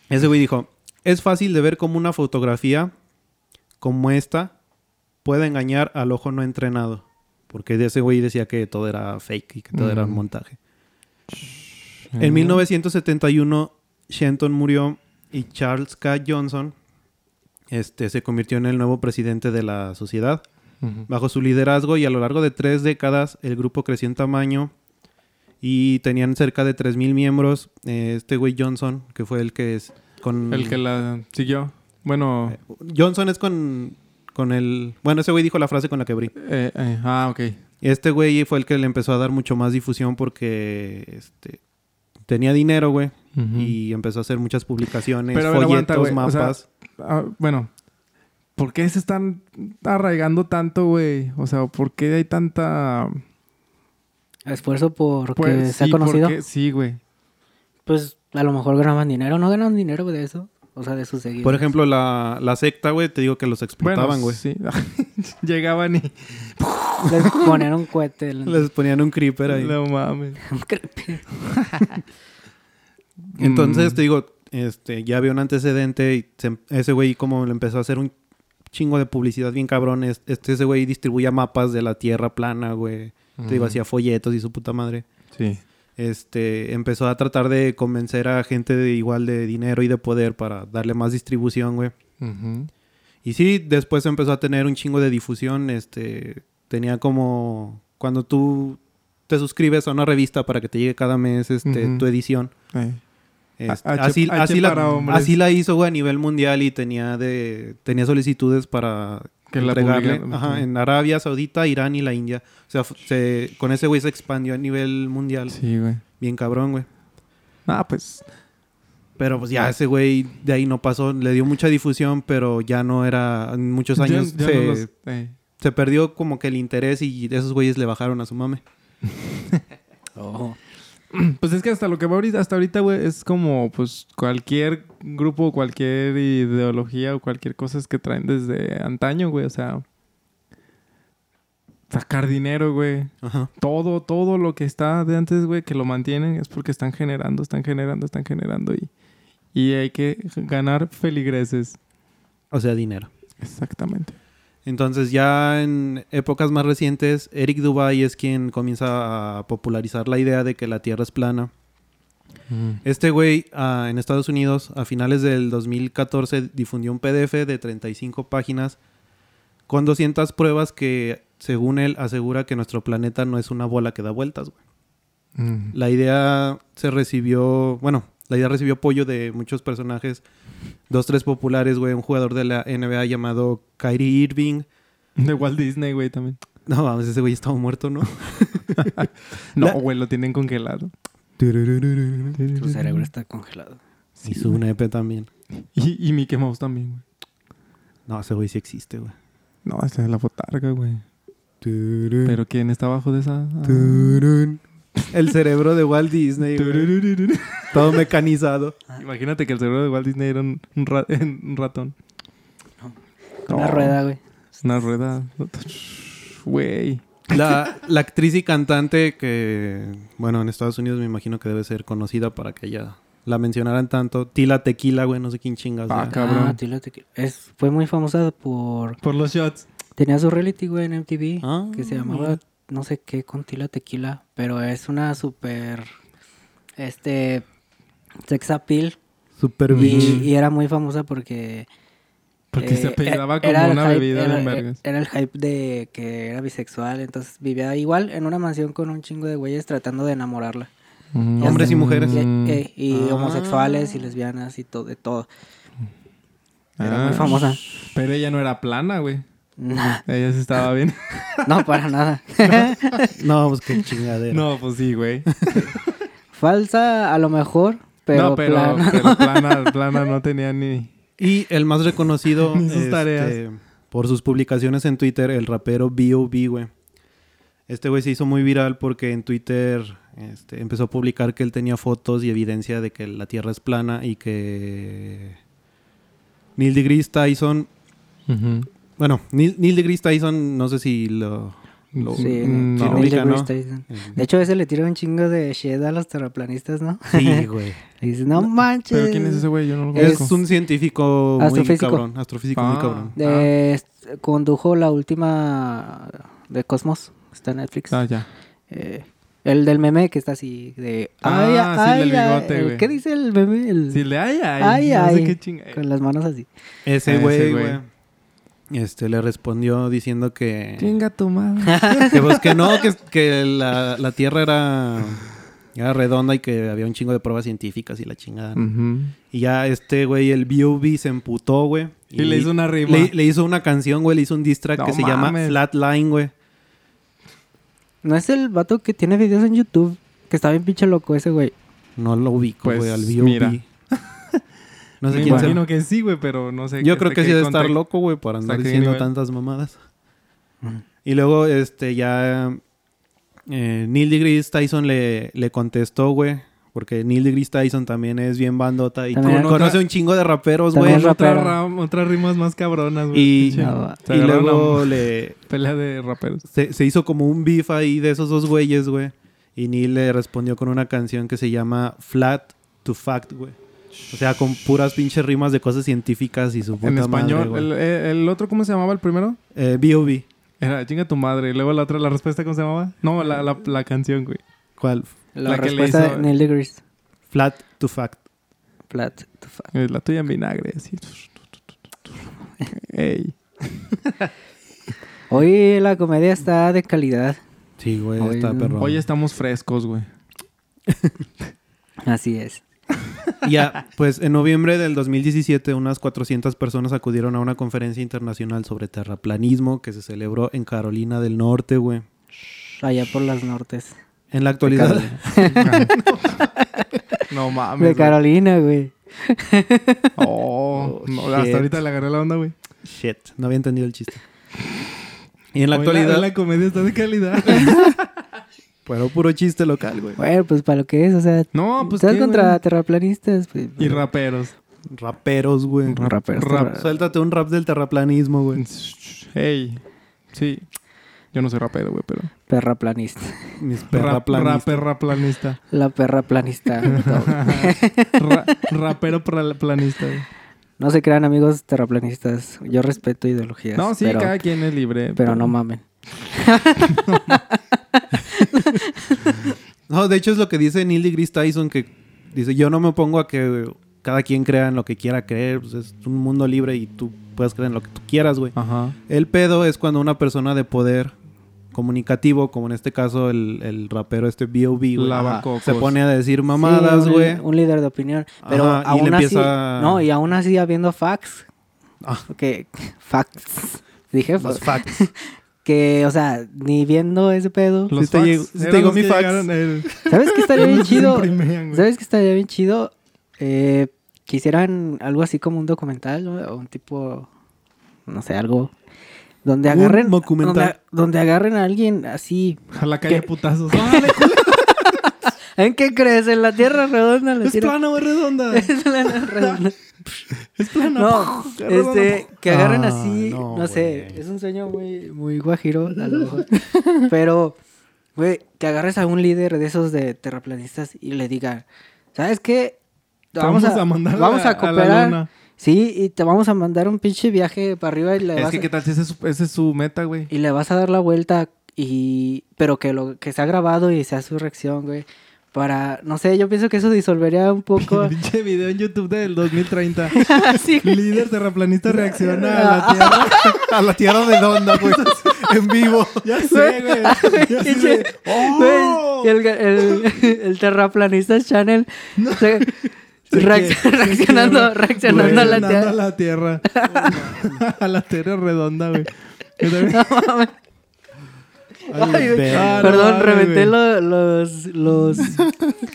C: Ese güey dijo, es fácil de ver cómo una fotografía como esta puede engañar al ojo no entrenado. Porque de ese güey decía que todo era fake y que todo era un
A: Mm.
C: montaje. En 1971, Shenton murió y Charles K. Johnson este, se convirtió en el nuevo presidente de la sociedad.
A: Ujú.
C: Bajo su liderazgo y a lo largo de tres décadas, el grupo creció en tamaño y tenían cerca de 3.000 miembros. Eh, este güey Johnson, que fue el que es con...
A: El que la siguió. Bueno.
C: Johnson es con, con el... Bueno, ese güey dijo la frase con la que abrí.
A: eh, eh, ah, ok.
C: Este güey fue el que le empezó a dar mucho más difusión porque este, tenía dinero, güey.
A: Ujú.
C: Y empezó a hacer muchas publicaciones,
A: Pero a ver, aguanta,
C: folletos,
A: güey, o sea,
C: mapas.
A: Ah, bueno, ¿por qué se están arraigando tanto, güey? O sea, ¿por qué hay tanta...
B: Esfuerzo por que
A: Pues,
B: se ha
A: sí,
B: conocido.
A: porque- Sí, güey.
B: Pues a lo mejor ganaban dinero. No ganan dinero de eso. O sea, de sus seguidores.
C: Por ejemplo, la, la secta, güey, te digo que los explotaban,
A: Bueno,
C: güey.
A: sí. [LAUGHS] Llegaban y...
B: Les ponían un cohete. en-
C: Les ponían un creeper ahí.
A: No mames.
C: [LAUGHS] Entonces,
A: Mm.
C: te digo, este, ya había un antecedente y se- em, ese güey como le empezó a hacer un chingo de publicidad bien cabrón. es- Este, ese güey distribuía mapas de la tierra plana, güey. Te digo,
A: Ujú.
C: hacía folletos y su puta madre.
A: Sí.
C: Este, empezó a tratar de convencer a gente de igual de dinero y de poder para darle más distribución, güey.
A: Ujú.
C: Y sí, después empezó a tener un chingo de difusión. Este, tenía como cuando tú te suscribes a una revista para que te llegue cada mes este,
A: Ujú.
C: tu edición.
A: Eh,
C: Este,
A: H-
C: así,
A: H
C: así la,
A: para hombres.
C: así la hizo güey, a nivel mundial y tenía de tenía solicitudes para
A: Que la
C: entregarle
A: publicaran.
C: ajá, en Arabia Saudita, Irán y la India. O sea, fu- se- con ese güey se expandió a nivel mundial.
A: Sí, güey.
C: Bien cabrón, güey.
A: Ah, pues...
C: Pero pues ya ese güey de ahí no pasó. Le dio mucha difusión, pero ya no era... En muchos
A: ya-
C: años
A: ya no
C: se,
A: los- eh.
C: se perdió como que el interés y esos güeyes le bajaron a su mame.
B: Oh.
A: Pues es que hasta lo que va ahorita, hasta ahorita, güey, es como, pues, cualquier grupo, cualquier ideología o cualquier cosa es que traen desde antaño, güey. O sea, sacar dinero, güey.
C: Ajá.
A: Todo, todo lo que está de antes, güey, que lo mantienen es porque están generando, están generando, están generando y, y hay que ganar feligreses.
C: O sea, dinero.
A: Exactamente.
C: Entonces ya en épocas más recientes, Eric Dubai es quien comienza a popularizar la idea de que la Tierra es plana. Este güey ah, en Estados Unidos a finales del 2014 difundió un PDF de 35 páginas con 200 pruebas que según él asegura que nuestro planeta no es una bola que da vueltas. güey. La idea se recibió, bueno, la idea recibió apoyo de muchos personajes, dos, tres populares, güey, un jugador de la NBA llamado Kyrie Irving,
A: De Walt Disney, güey, también.
C: No, vamos, ese güey estaba muerto, ¿no?
A: No,
C: La-
A: güey, lo tienen congelado.
B: Tu cerebro está congelado.
C: Y su nepe E también.
A: Y, y Mickey Mouse también, güey.
C: No, ese güey sí existe, güey.
A: No, esa es la botarga, güey.
C: Pero...
A: Pero ¿quién está abajo de esa? Ah.
C: El cerebro de Walt Disney, güey.
A: Tururururu.
C: Todo mecanizado.
A: Imagínate que el cerebro de Walt Disney era un, un ra- [LAUGHS] un ratón.
B: Con una
A: No.
B: rueda, güey.
A: Una rueda. Güey.
C: La, la actriz y cantante que, bueno, en Estados Unidos me imagino que debe ser conocida para que ella la mencionaran tanto. Tila Tequila, güey, no sé quién chingas.
A: Ah,
C: sea.
A: Cabrón.
B: Ah, Tila Tequila. Es, fue muy famosa por...
A: Por los shots.
B: Tenía su reality, güey, en MTV.
C: Ah,
B: que se llamaba
C: mira.
B: no sé qué con Tila Tequila. Pero es una súper... Este... Sex appeal.
C: Super
B: Y,
C: bitch.
B: y era muy famosa porque...
A: Porque
B: eh,
A: se apellidaba
B: era-
A: como
B: era el
A: una
B: hype-
A: bebida
B: era,
A: de vergas.
B: Era el hype de que era bisexual. Entonces vivía igual en una mansión con un chingo de güeyes tratando de enamorarla.
A: Mm.
C: Hombres y mujeres.
B: Y, eh, y
C: Ah.
B: homosexuales y lesbianas y todo, de todo. Era muy
A: Ah.
B: famosa.
A: Pero ella no era plana, güey.
B: Nah,
A: Ella sí estaba
B: [LAUGHS]
A: bien. [LAUGHS]
B: no, para nada.
C: No, pues qué chingadera.
A: No, pues sí, güey.
B: Falsa, a lo mejor, pero,
A: no, pero,
B: plana.
A: pero plana, plana no tenía ni.
C: Y el más
B: [LAUGHS]
C: reconocido
A: Ni sus
C: este,
A: tareas.
C: por sus publicaciones en Twitter, el rapero B.O.B., güey. Este güey se hizo muy viral porque en Twitter este, empezó a publicar que él tenía fotos y evidencia de que la Tierra es plana y que Neil deGrasse Tyson... Bueno, Neil, Neil deGrasse Tyson, no sé si lo... lo-
B: [LAUGHS] Sí,
A: Sí,
B: Neil
A: no.
B: deGrasse
C: ubica, ¿no?
B: Tyson. De hecho, ese le tira un chingo de shit a los terraplanistas, ¿no?
C: Sí, güey.
B: Y dice, no manches.
A: Pero ¿quién es ese güey? Yo no lo
C: Es
A: conozco.
C: un científico muy
B: Astrofísico.
C: cabrón, astrofísico muy
A: Ah.
C: cabrón.
B: De- est- Condujo la última de Cosmos. Está en Netflix.
A: Ah, ya.
B: Eh, el del meme que está así de...
A: Ah,
B: ay,
A: sí, el del
B: ay,
A: bigote,
B: ay,
A: güey.
B: ¿Qué dice el meme? El-
A: Sí, le ay, ay.
B: Ay,
A: no
B: ay.
A: sé qué chinga.
B: Con las manos así.
A: Ah,
C: Ese
A: ese
C: güey,
A: güey.
C: güey. Este, le respondió diciendo que...
A: Chinga tu
C: [LAUGHS]
A: madre.
C: Que pues que no, que, que la, la Tierra era, era redonda y que había un chingo de pruebas científicas y la chingada.
A: Mm.
C: ¿no? Y ya este güey, el B.O.B. se emputó, güey.
A: Y le hizo una rima.
C: Le, le hizo una canción, güey. Le hizo un diss track
A: No
C: que se llama
A: mames.
C: Flatline, güey.
B: ¿No es el vato que tiene videos en YouTube? Que está bien pinche loco ese güey.
C: No lo ubico,
A: Pues,
C: güey, al
A: mira.
C: B.O.B. [LAUGHS] No sé
A: Me
C: quién
A: imagino
C: sea.
A: que sí, güey, pero no sé.
C: Yo
A: qué-
C: creo que
A: qué
C: sí debe
A: contexto.
C: estar loco, güey, para andar
A: Hasta qué
C: diciendo
A: nivel.
C: tantas mamadas. Y luego, este, ya eh, Neil deGrasse Tyson le, le contestó, güey. Porque Neil deGrasse Tyson también es bien bandota y
B: También.
C: conoce un chingo de raperos,
A: Con
C: güey.
B: También es
A: otra
B: rapero.
A: ram- otras rimas más cabronas, güey.
C: Y,
A: Pinche-
B: No,
A: se
C: y
A: agarraron
C: luego
A: a
C: le,
A: Pelea de raperos.
C: se, se hizo como un beef ahí de esos dos güeyes, güey. Y Neil le respondió con una canción que se llama Flat to Fact, güey. O sea, con puras pinches rimas de cosas científicas y su puta
A: en español.
C: madre,
A: el,
C: güey.
A: eh, el otro cómo se llamaba el primero?
C: Eh, B.O.B.
A: Era chinga tu madre. Y luego la otra, la respuesta, ¿cómo se llamaba? No, la, la, la canción, güey.
C: ¿Cuál?
B: La,
A: La que le
B: respuesta
A: hizo-
B: de Neil deGrasse.
C: Flat to Fact.
B: Flat to fuck.
A: Eh, La tuya en vinagre,
C: [LAUGHS]
A: así. Ey.
B: Hoy la comedia está de calidad.
C: Sí, güey,
B: Hoy
C: está
B: no.
C: perro.
A: Hoy estamos frescos, güey.
B: Así es.
C: Ya, pues en noviembre del 2017 unas 400 personas acudieron a una conferencia internacional sobre terraplanismo que se celebró en Carolina del Norte, güey.
B: Allá por las nortes.
C: En la actualidad,
A: No mames.
B: De
A: güey.
B: Carolina, güey.
A: Oh,
C: Oh,
A: no,
C: shit.
A: hasta ahorita le agarré la onda, güey.
C: shit, no había entendido el chiste. Y en la
A: Hoy
C: actualidad,
A: la comedia está de calidad.
C: pero puro chiste local, güey.
B: Bueno, pues para lo que es, o sea...
A: No, pues
B: ¿Estás
A: qué,
B: contra
A: güey.
B: terraplanistas? Pues,
A: Y raperos.
C: Raperos, güey.
B: raperos.
A: rap.
B: terra-
C: Suéltate un rap del terraplanismo, güey.
A: pues. Ey. Sí. Yo no soy rapero, güey, pero.
B: Perraplanista.
C: Mis
A: Rap,
C: perraplanistas.
A: perra
B: [LAUGHS]
A: planista.
B: La perra planista.
A: [LAUGHS] Ra- rapero pra- planista. güey.
B: no se crean amigos terraplanistas. Yo respeto ideologías.
A: No, sí,
B: pero,
A: cada quien es libre.
B: pero no mamen.
C: No, de hecho es lo que dice Neil deGrasse Tyson que dice, "Yo no me opongo a que cada quien crea en lo que quiera creer, pues es un mundo libre y tú puedes creer en lo que tú quieras, güey."
A: Ajá.
C: El pedo es cuando una persona de poder comunicativo, como en este caso el, el rapero este B.O.B., güey,
A: Lavacocos.
C: se pone a decir mamadas,
B: Sí, un-
C: güey.
B: un líder de opinión. Pero
C: Ajá, y
B: aún
C: le
B: así.
C: empieza-
B: No, y aún así habiendo facts.
C: Ah.
B: Que, facts. Dije
C: Los
B: [LAUGHS] facts.
C: facts.
B: que, o sea, ni viendo ese pedo.
A: Los
C: te
A: fax.
C: llegó- sí te
A: Eran
C: llegó
A: los
C: mi
A: que
C: fax.
A: llegaron el-
B: ¿Sabes qué estaría bien
A: [LAUGHS] Los
B: chido?
A: imprimían, güey.
B: ¿Sabes qué estaría bien chido? Eh, que hicieran algo así como un documental ¿no? o un tipo, no sé, algo donde
C: Un
B: agarren,
C: documental.
B: donde, a- donde agarren a alguien así.
A: A la calle
B: ¿Qué?
A: a putazos. Ah,
B: ¿En qué crees? En la tierra redonda. Le
A: es
B: tiran-
A: plana o es
B: [LAUGHS]
A: redonda.
B: Es
A: [LAUGHS]
B: plana redonda.
A: Es plana.
B: No, este, que agarren así,
C: Ah, no,
B: no, sé,
C: güey.
B: es un sueño muy, muy guajiro, a lo mejor. Pero, güey, que agarres a un líder de esos de terraplanistas y le digan, ¿sabes qué? Te
A: Vamos a mandar a
B: vamos
A: la-
B: a,
A: a la
B: cooperar,
A: luna".
B: sí, y te vamos a mandar un pinche viaje para arriba y le,
A: Es
B: vas,
A: que
B: a-
A: qué tal si ese es su, ese es su meta, güey.
B: y le vas a dar la vuelta y, pero que lo que sea grabado y sea su reacción, güey, para, no sé, yo pienso que eso disolvería
A: [LAUGHS]
B: un poco,
A: Pinche video en YouTube del 2030.
B: así, güey.
A: Líder terraplanista reacciona a la tierra. pues,
C: A la tierra redonda, güey. en vivo.
A: Ya sé, güey. Ya sé,
B: Pinche-
A: güey. ¡Oh!
B: Güey, el, el- [LAUGHS] el terraplanista Channel se-
A: [LAUGHS] Se
B: reac-
A: quie-
B: reaccionando,
A: se quiebra.
B: reaccionando a la
A: Reaccionando a la tierra.
B: tierra.
A: [LAUGHS] A la tierra redonda, güey. Yo también- [LAUGHS]
B: [LAUGHS] No mames. Ay, güey.
C: verga.
A: Ah, no
B: Perdón,
A: mames, güey.
B: reventé lo-
A: [LAUGHS]
B: los, los,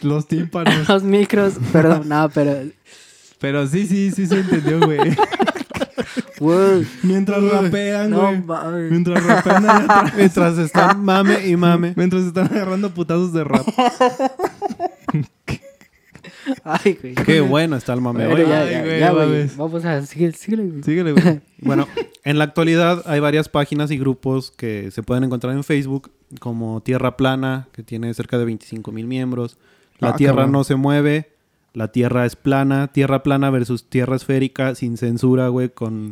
A: Los tímpanos.
B: los micros. Perdón, no, pero.
A: Pero sí, sí, sí se entendió, güey.
B: wow,
A: Mientras rapean,
B: no
A: güey.
B: mames.
A: Mientras rapean [LAUGHS] allá atrás.
C: Mientras están mame y
B: [LAUGHS]
C: mame.
A: Mientras están agarrando putazos de [LAUGHS] rap.
B: Ay, güey.
C: Qué bueno está el mame.
B: Bueno,
C: güey.
B: ya,
A: Ay,
B: ya,
A: güey,
B: ya,
A: no
B: güey.
A: mames.
B: Vamos a seguir, síguele, güey.
A: Síguele, güey. [LAUGHS]
C: Bueno, en la actualidad hay varias páginas y grupos que se pueden encontrar en Facebook, como Tierra Plana, que tiene cerca de 25 mil miembros, La
A: Ah,
C: Tierra
A: cabrón.
C: no se mueve, La Tierra es plana, Tierra plana versus Tierra esférica, sin censura, güey,
A: [LAUGHS]
C: con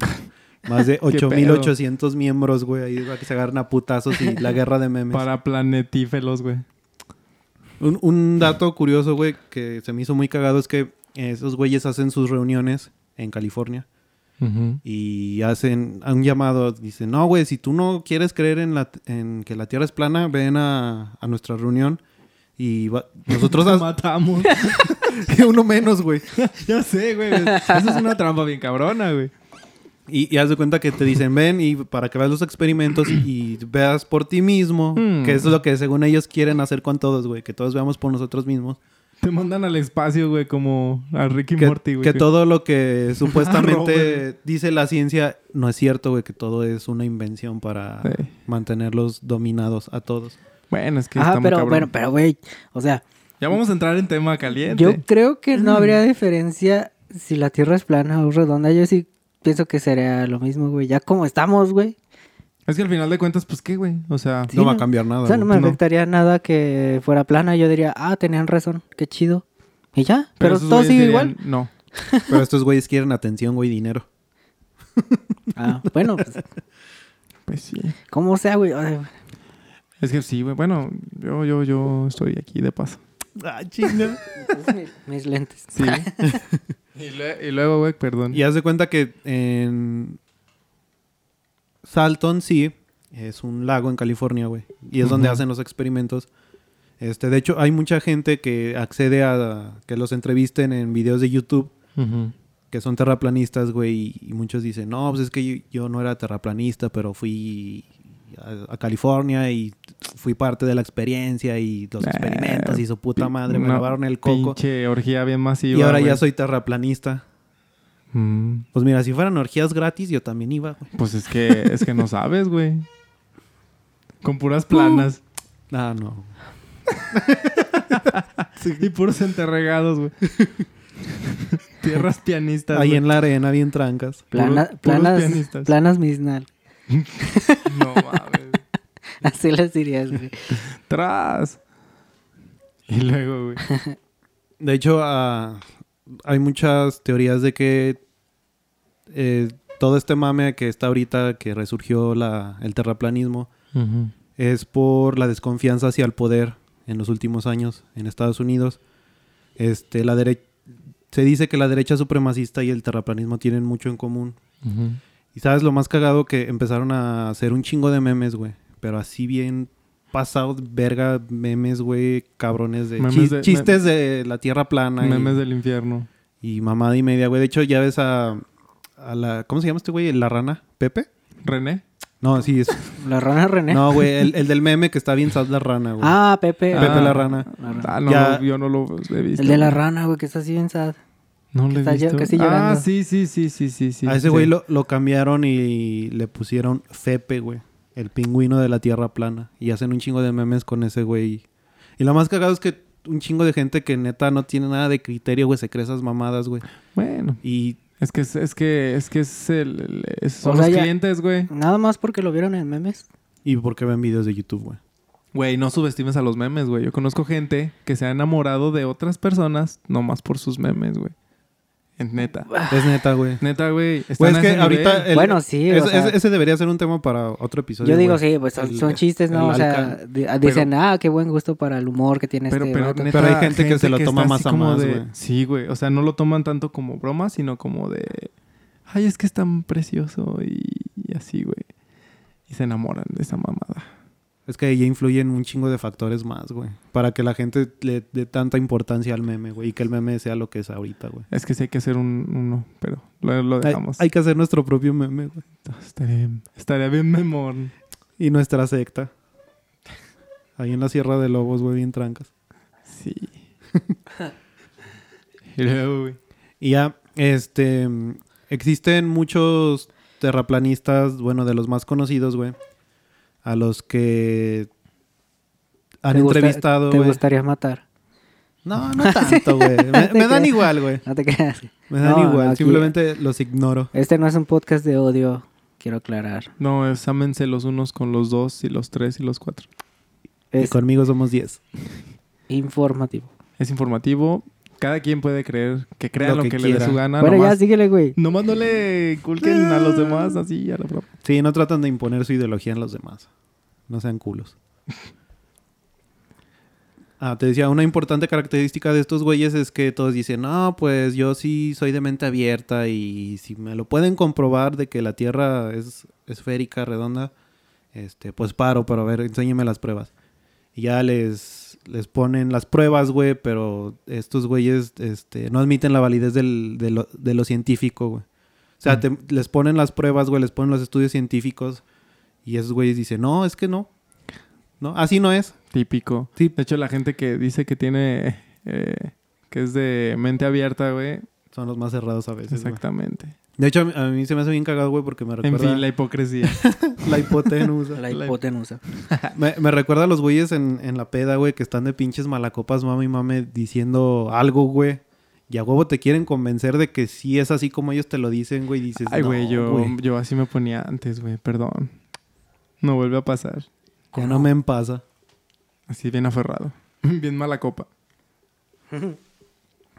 C: más de 8.800 miembros, güey, ahí va que se agarran a putazos y la guerra de memes.
A: Para planetífelos, güey.
C: Un, un dato curioso, güey, que se me hizo muy cagado es que esos güeyes hacen sus reuniones en California. y hacen un llamado, dicen, no, güey, si tú no quieres creer en, la, en que la Tierra es plana, ven a, a nuestra reunión
A: [LAUGHS]
C: y va- nosotros...
A: Te
C: haz-
A: [LAUGHS] matamos.
C: [LAUGHS] uno menos, güey.
A: ya sé, güey. Eso es una trampa bien cabrona, güey.
C: Y, y haz de cuenta que te dicen, ven y para que veas los experimentos y veas por ti mismo,
A: Hmm.
C: que es lo que según ellos quieren hacer con todos, güey, que todos veamos por nosotros mismos.
A: Te mandan al espacio, güey, como a Ricky
C: Que,
A: Morty, güey.
C: que todo
A: [LAUGHS]
C: lo que supuestamente
A: Robert.
C: dice la ciencia no es cierto, güey, que todo es una invención para
A: Sí.
C: mantenerlos dominados a todos.
A: Bueno, es que
B: Ajá,
A: está muy
B: pero,
A: cabrón.
B: bueno, pero, güey. O sea,
A: Ya vamos a entrar en tema caliente.
B: Yo creo que
A: Mm.
B: no habría diferencia si la Tierra es plana o redonda. Yo sí pienso que sería lo mismo, güey. Ya como estamos, güey.
A: Es que al final de cuentas, pues, ¿qué, güey? O sea...
B: Sí,
C: no va a
B: no.
C: cambiar nada.
B: O sea, no
C: güey.
B: me
A: no.
B: afectaría nada que fuera plana. Yo diría, ah, tenían razón, qué chido. Y ya, pero,
A: esos
B: todo
A: güeyes
B: sigue
A: dirían, [LAUGHS]
B: igual.
A: No.
C: Pero estos güeyes quieren atención, güey, dinero.
B: Ah, bueno, pues,
A: Pues sí.
B: como sea, güey. O sea,
A: Es que sí, güey. Bueno, yo, yo, yo estoy aquí de paso.
C: Ah, chinga.
B: es mi- pues, mis lentes.
C: [LAUGHS]
A: Sí. y, lue- y luego, güey, perdón.
C: y haz de cuenta que en Salton sí es un lago en California, güey. Y es donde
A: Ujú.
C: hacen los experimentos. Este, de hecho, hay mucha gente que accede a que los entrevisten en videos de YouTube
A: Ujú.
C: que son terraplanistas, güey, y, y muchos dicen, no, pues es que yo, yo no era terraplanista, pero fui a, a California y fui parte de la experiencia y los
A: Eh,
C: experimentos y su puta madre, me
A: Una
C: lavaron el coco.
A: Pinche orgía bien masiva,
C: Y ahora ya
A: güey.
C: soy terraplanista.
A: Mm,
C: Pues mira, si fueran orgías gratis, yo también iba, güey.
A: pues es que, es que no sabes, güey. Con
C: [LAUGHS]
A: puras planas.
C: Ah, no.
A: Y puros enterregados,
C: [LAUGHS]
A: güey. Tierras pianistas,
C: Ahí
A: güey.
C: en la arena, bien trancas.
B: Plana-
A: puros
B: planas,
A: pianistas.
B: planas mis nal. [LAUGHS]
A: No mames.
B: Así las dirías, güey.
A: Tras. Y luego, güey.
C: De hecho, ah, hay muchas teorías de que eh, todo este mame que está ahorita, que resurgió la, el terraplanismo, es por la desconfianza hacia el poder en los últimos años en Estados Unidos. Este, la dere- se dice que la derecha supremacista y el terraplanismo tienen mucho en común. Y sabes lo más cagado que empezaron a hacer un chingo de memes, güey. Pero así bien pasados, verga, memes, güey, cabrones de,
A: Memes
C: chis-
A: de-
C: chistes de la tierra plana. y-
A: Memes del infierno.
C: y, mamada y media, güey. De hecho, ya ves a, a la... ¿Cómo se llama este güey? ¿La rana? ¿Pepe?
A: ¿René?
C: No, sí, es.
B: La rana René.
C: No, güey, el, el del meme que está bien sad la rana, güey.
B: ah, Pepe.
C: Pepe
A: Ah.
C: la rana.
B: La rana.
A: Ah, no,
C: Ya.
A: no, yo no lo he visto.
B: El de la
A: güey.
B: rana, güey, que está así bien sad.
A: No lo he
B: está lle-
A: visto.
B: casi
A: ah,
B: llorando.
A: sí, sí, sí, sí, sí, sí.
C: A ese
A: sí.
C: güey lo, lo cambiaron y le pusieron Fepe, güey. El pingüino de la Tierra plana. Y hacen un chingo de memes con ese güey. Y lo más cagado es que un chingo de gente que neta no tiene nada de criterio, güey, se cree esas mamadas, güey.
A: Bueno,
C: Y
A: es que es, es que es que es el, el- es- son
B: O sea,
A: los
B: ya-
A: clientes, güey.
B: Nada más porque lo vieron en memes.
C: Y porque ven videos de YouTube, güey.
A: Güey, no subestimes a los memes, güey. Yo conozco gente que se ha enamorado de otras personas nomás por sus memes, güey. En neta.
B: Ah.
C: Es neta, güey.
A: Neta, güey.
C: Güey,
A: están
C: es
A: a
C: que
A: ese
C: ahorita... eh,
A: nivel.
C: el-
B: Bueno, sí,
C: es-
B: o sea-
C: es- ese debería ser un tema para otro episodio.
B: Yo digo,
C: güey.
B: sí, pues son,
C: El-
B: son chistes,
C: el
B: ¿no? O sea,
C: alca-
B: di- dicen, ah, qué buen gusto para el humor que tiene
A: Pero,
B: este
A: pero,
B: vato".
A: neta,
C: Pero hay gente que se lo toma
A: está
C: más
A: así
C: a
A: como
C: más,
A: de-
C: güey.
A: Sí, güey. O sea, no lo toman tanto como broma, sino como de... Ay, es que es tan precioso y, y así, güey. Y se enamoran de esa mamada.
C: Es que ya influyen un chingo de factores más, güey. Para que la gente le dé tanta importancia al meme, güey. Y que el meme sea lo que es ahorita, güey.
A: Es que sí hay que hacer un, uno, pero lo, lo
C: Hay,
A: dejamos.
C: hay que hacer nuestro propio meme, güey.
A: Estaría bien, estaría bien memón.
C: Y nuestra secta. Ahí en la Sierra de Lobos, güey, bien trancas.
A: Sí. Y luego, güey.
C: Y ya, este... mm, Existen muchos terraplanistas, bueno, de los más conocidos, güey. A los que... Han
B: ¿Te gusta-
C: entrevistado,
B: Te
A: eh.
C: güey.
B: gustaría matar.
C: No, no tanto,
B: [LAUGHS]
C: güey. Me, me dan igual, güey.
B: No te [LAUGHS] creas.
C: Me dan
B: No,
C: igual.
B: aquí-
C: Simplemente los ignoro.
B: Este no es un podcast de odio, quiero aclarar.
A: No, es ámense los unos con los dos y los tres y los cuatro.
C: Y
B: Es
C: conmigo somos 10.
B: informativo.
A: Es informativo. Cada quien puede creer que crea lo,
C: Lo que
A: que, le dé
C: quiera.
A: su gana.
B: bueno, ya
A: nomás,
B: síguele, güey.
A: nomás no le culquen a los demás así a la broma.
C: Sí, no tratan de imponer su ideología en los demás. No sean culos. Ah, te decía, una importante característica de estos güeyes es que todos dicen, no, pues yo sí soy de mente abierta y si me lo pueden comprobar de que la Tierra es esférica, redonda, este, pues paro, pero a ver, enséñeme las pruebas. Y ya les, les ponen las pruebas, güey, pero estos güeyes este, no admiten la validez del- de, lo, de lo científico, güey. O sea,
A: Mm.
C: te- les ponen las pruebas, güey, les ponen los estudios científicos y esos güeyes dicen, no, es que no. No, así no es.
A: Típico.
C: Sí.
A: De hecho, la gente que dice que tiene... eh, que es de mente abierta, güey.
C: Son los más cerrados a veces, güey.
A: Exactamente.
C: De hecho, a mí, a mí se me hace bien cagado, güey, porque me
A: En
C: recuerda
A: fin, la hipocresía.
C: [LAUGHS] la hipotenusa.
B: [LAUGHS] La hipotenusa.
C: Me, me recuerda a los güeyes en, en la peda, güey, que están de pinches malacopas, mami y mame, diciendo algo, güey. Y a huevo te quieren convencer de que sí es así como ellos te lo dicen, güey. y Dices,
A: Ay,
C: "No,
A: güey, yo,
C: güey,
A: yo así me ponía antes, güey. Perdón. No vuelve a pasar.
C: Ya no me pasa.
A: Así bien aferrado. [LAUGHS] Bien mala copa.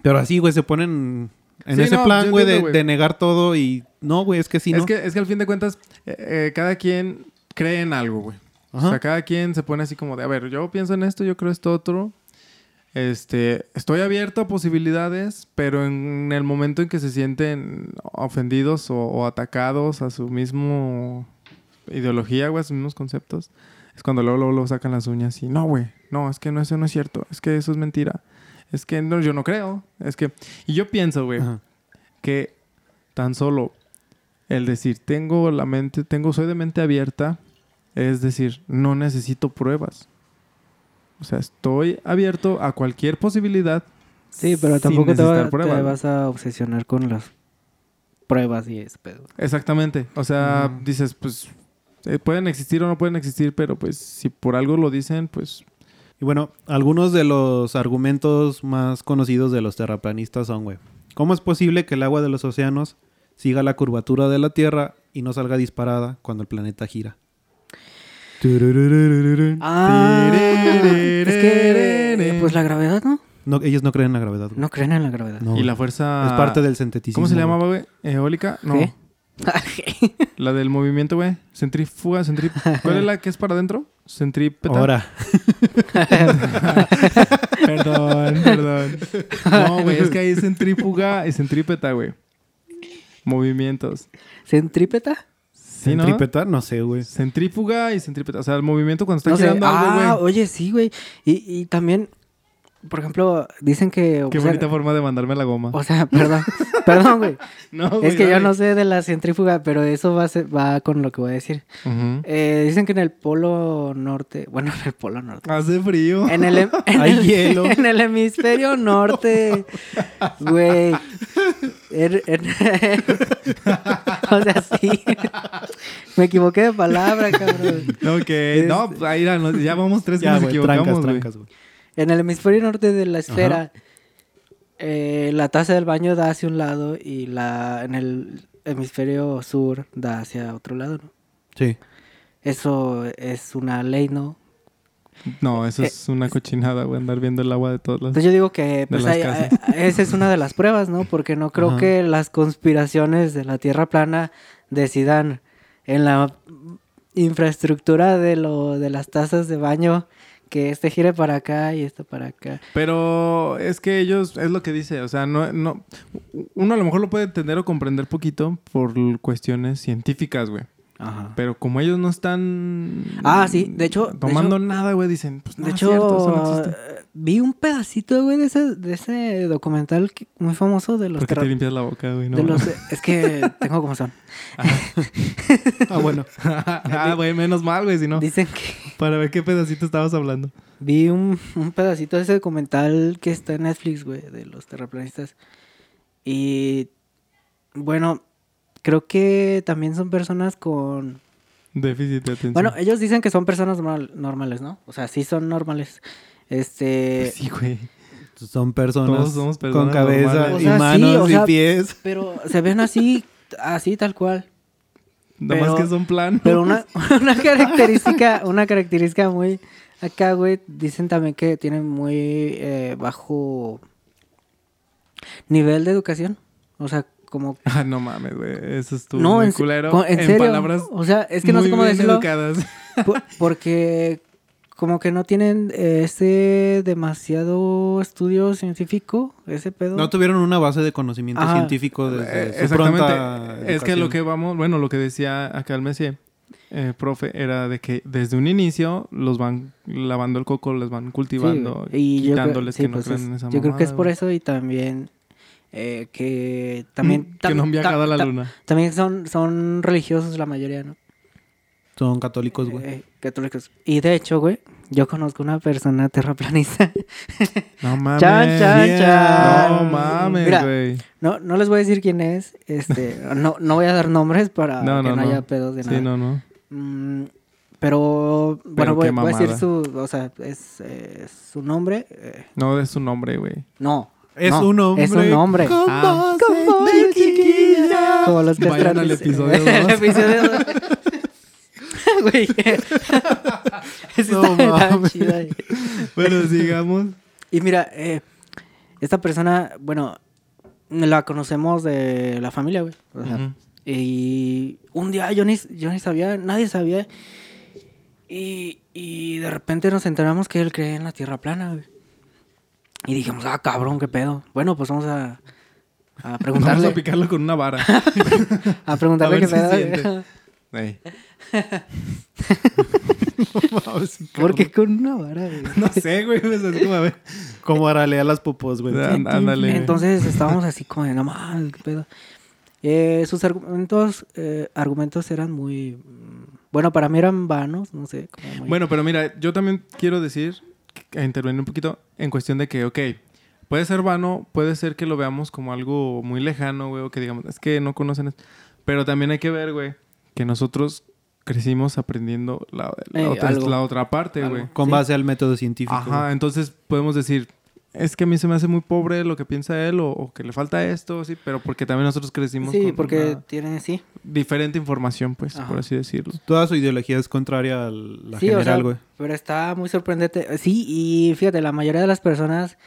C: Pero así, güey, se ponen en
A: Sí,
C: ese
A: no,
C: plan,
A: yo
C: güey, de,
A: entiendo, güey.
C: de negar todo y... No, güey, es que sí,
A: es,
C: ¿no?
A: que, es que al fin de cuentas, eh, eh, cada quien cree en algo, güey.
C: Ajá.
A: O sea, cada quien se pone así como de, a ver, yo pienso en esto, yo creo esto otro. Este, estoy abierto a posibilidades, pero en el momento en que se sienten ofendidos o, o atacados a su mismo ideología, güey, a sus mismos conceptos, es cuando luego, luego, luego sacan las uñas y, no, güey, no, es que no, eso no es cierto, es que eso es mentira, es que no, yo no creo, es que... Y yo pienso, güey,
C: Ajá.
A: que tan solo el decir tengo la mente, tengo, soy de mente abierta, es decir, no necesito pruebas. O sea, estoy abierto a cualquier posibilidad.
B: Sí, pero
A: sin
B: tampoco te, va-
A: necesitar pruebas,
B: te
A: ¿no?
B: vas a obsesionar con las pruebas y ese pedo.
A: Exactamente. O sea,
C: Mm.
A: dices, pues, eh, pueden existir o no pueden existir, pero pues si por algo lo dicen, pues
C: Y bueno, algunos de los argumentos más conocidos de los terraplanistas son, güey, ¿cómo es posible que el agua de los océanos siga la curvatura de la Tierra y no salga disparada cuando el planeta gira?
B: Ah, es que pues la gravedad, ¿no?
C: No, ellos no creen en la gravedad. güey.
B: No creen en la gravedad.
C: No,
A: y
C: güey.
A: la fuerza
C: es parte del sinteticismo.
A: ¿Cómo se le
C: güey.
A: llamaba, güey? ¿Eólica? No.
B: ¿Qué?
A: [LAUGHS] La del movimiento, güey. Centrífuga, centrí...
B: [LAUGHS]
A: ¿Cuál es la que es para adentro? Centrípeta.
C: Ahora,
A: Perdón,
B: [LAUGHS]
A: perdón. No, güey, es que ahí es centrífuga y centrípeta, güey. Movimientos.
B: ¿Centrípeta?
A: ¿Sí, no?
C: centrípeta, no sé, güey.
A: Centrífuga y centrípeta. O sea, el movimiento cuando está
B: No sé.
A: girando algo,
B: Ah,
A: güey.
B: oye, sí, güey. Y, y también por ejemplo, dicen que... o
A: Qué
B: sea,
A: bonita forma de mandarme la goma.
B: o sea, [LAUGHS] perdón, perdón, güey.
A: [LAUGHS] No,
B: Es
A: güey,
B: que yo
A: dale.
B: no sé de la centrífuga, pero eso va, a ser- va con lo que voy a decir.
A: Ujú.
B: Eh, dicen que en el polo norte, bueno, [LAUGHS] en el polo norte.
A: Hace frío.
B: En el, hem- en
C: Hay
B: el-
C: hielo.
B: [LAUGHS] en el hemisferio norte, güey. Er- er- [LAUGHS] o sea, sí. [LAUGHS] Me equivoqué de palabra, cabrón.
A: [LAUGHS] Ok, no, pues, ahí era, nos- ya vamos tres que
C: Ya,
A: nos
C: güey, trancas,
A: equivocamos, güey.
C: trancas, güey.
B: En el hemisferio norte de la esfera, eh, la taza del baño da hacia un lado y la en el hemisferio sur da hacia otro lado, ¿no?
C: Sí.
B: Eso es una ley, ¿no?
A: No, eso es una cochinada, güey, andar viendo el agua de todos lados.
B: Entonces yo digo que Eh, pues,
A: las
B: hay-
A: casas.
B: hay- esa es una de las pruebas, ¿no? Porque no creo
C: Ajá.
B: que las conspiraciones de la Tierra plana decidan en la infraestructura de lo de las tazas de baño que este gire para acá y esto para acá.
A: Pero es que ellos, es lo que dice, o sea, no, no, uno a lo mejor lo puede entender o comprender poquito por cuestiones científicas, güey.
B: Ajá.
A: Pero como ellos no están...
B: Ah, sí, de hecho- de
A: Tomando nada, güey, dicen, pues no
B: De
A: es
B: hecho,
A: cierto, eso no existe.
B: eh, vi un pedacito, güey, de ese, de ese documental que- muy famoso de los...
A: ¿Por qué te
B: terra-
A: limpias la boca, güey? No,
B: de los
A: mames.
B: es que tengo como son.
C: Ah, bueno.
A: [LAUGHS] ah, güey, menos mal, güey, si no.
B: Dicen que... [LAUGHS]
A: Para ver qué pedacito estabas hablando.
B: Vi un, un pedacito de ese documental que está en Netflix, güey, de los terraplanistas. Y bueno, creo que también son personas con...
A: Déficit de atención.
B: Bueno, ellos dicen que son personas normal- normales, ¿no? O sea, sí son normales.
A: Pues
B: Este...
A: sí, güey.
C: Son personas,
A: Todos somos personas
C: con cabeza
A: normales.
B: O sea,
C: y
B: sí,
C: manos
B: o sea-
C: y pies.
B: Pero se ven así, así tal cual.
A: Nada más
B: pero-
A: que son plan.
B: Pero una, una característica, una característica muy acá, güey, dicen también que tienen muy eh, bajo nivel de educación. O sea, como
A: [LAUGHS] Ah, no mames, güey. Eso estuvo
B: no,
A: muy
B: en, se-
A: culero.
B: con- en serio.
A: palabras
B: o sea, es que no
A: muy
B: sé cómo
A: bien
B: decirlo.
A: educadas.
B: po- porque como que no tienen eh, ese demasiado estudio científico, ese pedo.
C: No tuvieron una base de conocimiento
B: Ajá.
C: científico desde
A: Eh,
C: su pronta
A: Es que
C: educación.
A: lo que vamos... Bueno, lo que decía acá el Messier, eh, profe, era de que desde un inicio los van lavando el coco, les van
B: Sí,
A: cultivando,
B: güey. Y yo creo-
A: quitándoles
B: sí,
A: que no
B: pues
A: crean
B: es-
A: en esa
B: Yo creo que es
A: mamada,
B: por
A: güey.
B: eso y también eh, que también...
A: Mm, [LAUGHS] que no han
B: tam-
A: viajado a la
B: ta-
A: luna.
B: También son, son religiosos la mayoría, ¿no?
C: Son
A: Pues,
C: católicos, güey.
B: Eh, católicos. Y de hecho, güey, yo conozco una persona terraplanista. [LAUGHS]
A: No mames.
B: Chan, chan,
A: Bien.
B: chan.
A: No mames,
B: Mira,
A: güey.
B: No, no les voy a decir quién es.
A: [LAUGHS]
B: Este, no, no voy a dar nombres para
A: No,
B: que
A: no,
B: no,
A: no.
B: haya pedos de nada.
A: Sí, no, no.
B: Mm, pero, bueno,
A: Pero
B: voy,
A: qué
B: voy a decir
A: mamada.
B: su, o sea, es eh, su nombre. eh,
A: No es su nombre, güey.
B: no.
C: Es
B: no,
C: un hombre.
B: Es un nombre.
C: Con
A: Ah.
C: voces
B: Con
C: de
B: voces
C: chiquilla.
B: Como los que
A: Vayan
B: están-
A: al
B: [LAUGHS]
A: episodio dos.
B: El
A: [LAUGHS]
B: episodio dos. [LAUGHS] Güey. [LAUGHS] Eso
C: No
B: está- está
C: mames.
B: chido, güey.
A: Bueno,
B: [LAUGHS]
A: sigamos.
B: Y mira, eh, esta persona, bueno, la conocemos de la familia, güey. O sea,
A: Ujú.
B: Y un día yo ni, yo ni sabía, nadie sabía. Y, y de repente nos enteramos que él cree en la Tierra plana, güey. Y dijimos, ah, cabrón, qué pedo. Bueno, pues vamos a, a
A: [LAUGHS] Vamos a
B: preguntarle.
A: picarlo con una
B: [LAUGHS]
A: vara.
B: A, preguntarle
A: a
B: qué
A: ver
B: pedo.
A: si
B: güey.
A: siente. Ey.
B: [LAUGHS] ¿Por qué con una vara, güey?
A: No sé, güey. pues, es como, a ver.
C: Como aralea las popos, güey.
A: Ah, Ándale, güey.
B: Entonces estábamos así como de, no mames, qué pedo. Eh, sus argumentos, eh, argumentos eran muy... mm, Bueno, para mí eran vanos, no sé. como muy-
A: Bueno, pero mira, yo también quiero decir, que- intervenir un poquito en cuestión de que, ok, puede ser vano, puede ser que lo veamos como algo muy lejano, güey, o que digamos, es que no conocen esto. Pero también hay que ver, güey, que nosotros crecimos aprendiendo la, la
B: Eh,
A: otra,
B: algo.
A: la otra parte,
B: Algo.
A: güey.
C: Con
B: Sí.
C: base al método científico.
A: Ajá, entonces podemos decir, es que a mí se me hace muy pobre lo que piensa él o, o que le falta esto, sí, pero porque también nosotros crecimos
B: Sí,
A: con
B: porque
A: una
B: tienen, sí.
A: diferente información, pues,
B: Ajá.
A: por así decirlo. [LAUGHS]
C: Toda su ideología es contraria a la
B: sí, o sea,
C: general, güey.
B: pero está muy sorprendente. Sí, y fíjate, la mayoría de las personas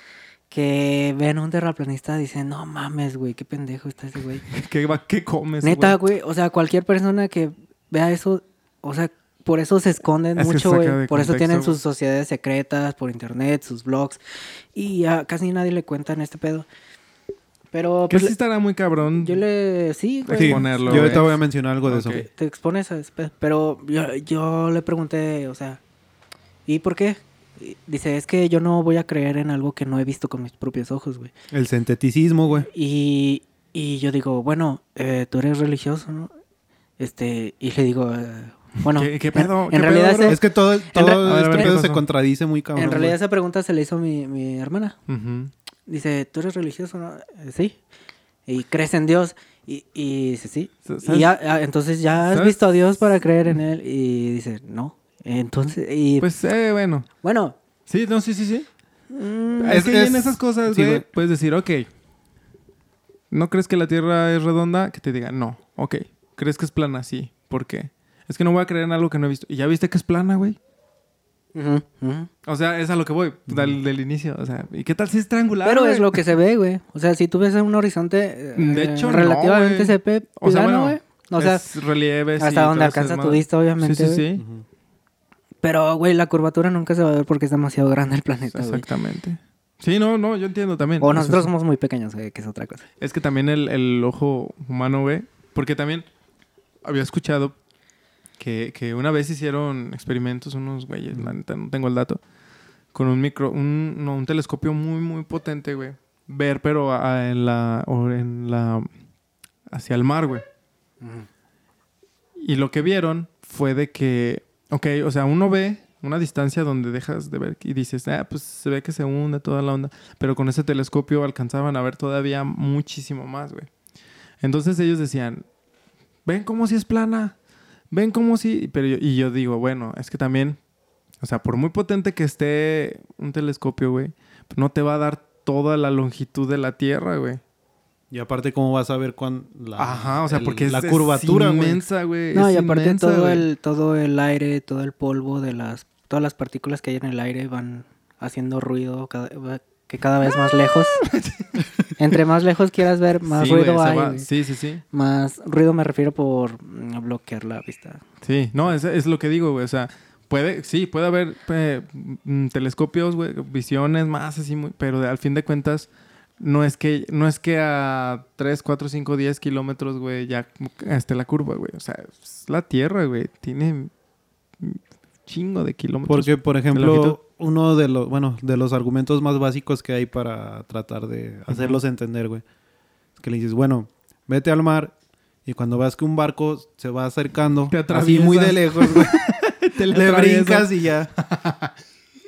B: que ven un terraplanista dicen, no mames, güey, qué pendejo está ese güey.
A: ¿Qué, va- qué comes,
B: Neta, güey, o sea, cualquier persona que vea eso, o sea, por eso se esconden
A: Es que
B: mucho,
A: saca
B: güey.
A: de
B: Por eso
A: contexto,
B: tienen
A: güey.
B: sus sociedades secretas, por internet, sus blogs. Y a casi nadie le cuentan este pedo. Pero
A: Que
B: pues,
A: sí estará muy cabrón.
B: yo le... Sí, güey.
A: Sí,
C: Sí,
A: ponerlo,
C: yo
A: güey.
C: ahorita voy a mencionar algo de
A: Ok.
C: eso.
B: te expones a ese pedo. Pero yo, yo le pregunté, o sea, ¿y por qué? Dice, es que yo no voy a creer en algo que no he visto con mis propios ojos, güey.
C: El sinteticismo, güey.
B: Y, y yo digo, bueno, eh, tú eres religioso, ¿no? Este, y le digo, eh, bueno,
A: ¿Qué- qué
B: en-
A: pedo?
B: en,
A: ¿Qué pedo,
B: realidad,
A: bro?
B: ese-
C: Es que todo, todo
B: Eh, re-
A: A ver, a ver,
C: este
A: ¿qué
C: pedo se
A: pasó?
C: contradice muy cabrón.
B: en realidad
C: güey.
B: esa pregunta se le hizo mi, mi hermana.
A: Ujú.
B: Dice, tú eres religioso, ¿no? Eh, Sí. Y crees en Dios. Y, y dice, sí.
A: Sa-
B: Y
A: ¿sabes?
B: ya, ah, entonces ya has
A: ¿Sabes?
B: visto a Dios para creer en él. Y dice, no. Entonces, y
A: Pues, eh, bueno.
B: bueno,
A: Sí, no, sí, sí, sí.
B: mm,
A: Es,
C: Es-
A: que en
C: es-
A: esas cosas,
C: sí,
A: güey,
C: güey.
A: puedes decir, ok, ¿no crees que la Tierra es redonda? Que te diga, no, ok, ¿crees que es plana? Sí, ¿por qué? Es que no voy a creer en algo que no he visto. ¿Y ya viste que es plana, güey?
B: ujú, ujú.
A: O sea, es a lo que voy, del, del inicio. O sea, ¿y qué tal si es triangular?
B: Pero es
A: güey?
B: lo que se ve, güey. O sea, si tú ves un horizonte eh,
A: De hecho, no,
B: relativamente
A: güey.
B: se ve
A: O sea,
B: plano,
A: bueno,
B: güey. O sea,
A: es relieves. y
B: hasta
A: todo
B: donde
A: ese
B: alcanza tu
A: desmadre.
B: vista, obviamente.
A: Sí, sí,
B: güey.
A: sí.
B: Pero, güey, la curvatura nunca se va a ver porque es demasiado grande el planeta, güey.
A: Exactamente. Sí, no, no, yo entiendo también.
B: O
A: Eso
B: nosotros
A: sí.
B: somos muy pequeños, güey, que es otra cosa.
A: Es que también el, el ojo humano, güey. Porque también había escuchado que, que una vez hicieron experimentos, unos güeyes, la neta, no tengo el dato, con un micro, un, no, un telescopio muy, muy potente, güey. Ver, pero a- a- en la. o en la. hacia el mar, güey. Y lo que vieron fue de que. Ok, o sea, uno ve una distancia donde dejas de ver y dices, ah, pues se ve que se hunde toda la onda pero con ese telescopio alcanzaban a ver todavía muchísimo más, güey. Entonces ellos decían, ven cómo si es plana, ven cómo si... Pero yo- y yo digo, bueno, es que también, o sea, por muy potente que esté un telescopio, güey, no te va a dar toda la longitud de la Tierra, güey.
C: Y aparte, ¿cómo vas a ver con la,
A: Ajá, o sea,
C: Ah, el-
A: porque es,
C: la
A: es
C: curvatura, güey?
A: inmensa, güey.
B: No,
A: es
B: y aparte
A: inmensa,
B: todo
A: güey.
B: el, todo el aire, todo el polvo de las... Todas las partículas que hay en el aire van haciendo ruido cada- va- que cada vez
C: [LAUGHS]
B: más lejos. Entre más lejos quieras ver, más
A: Sí, güey,
B: ruido
A: se
B: hay.
A: va-
B: güey.
A: Sí, sí, sí.
B: Más ruido me refiero por mm, bloquear la vista.
A: Sí, no, es, es lo que digo, güey. O sea, puede, sí, puede haber eh, mm, telescopios, güey, visiones más así, muy- pero al fin de cuentas, no es que, no es que a 3, 4, 5, 10 kilómetros, güey, ya esté la curva, güey. O sea, es la Tierra, güey, tiene un chingo de kilómetros.
C: Porque, por
A: longitud.
C: ejemplo, uno de los, bueno, de los argumentos más básicos que hay para tratar de hacerlos entender, güey. Es que le dices, bueno, vete al mar y cuando veas que un barco se va acercando,
A: Te
C: así muy de
A: atraviesas.
C: lejos, güey,
A: [LAUGHS] [LAUGHS] Te
C: le
A: atraviesas.
C: brincas y
A: [LAUGHS]
C: ya.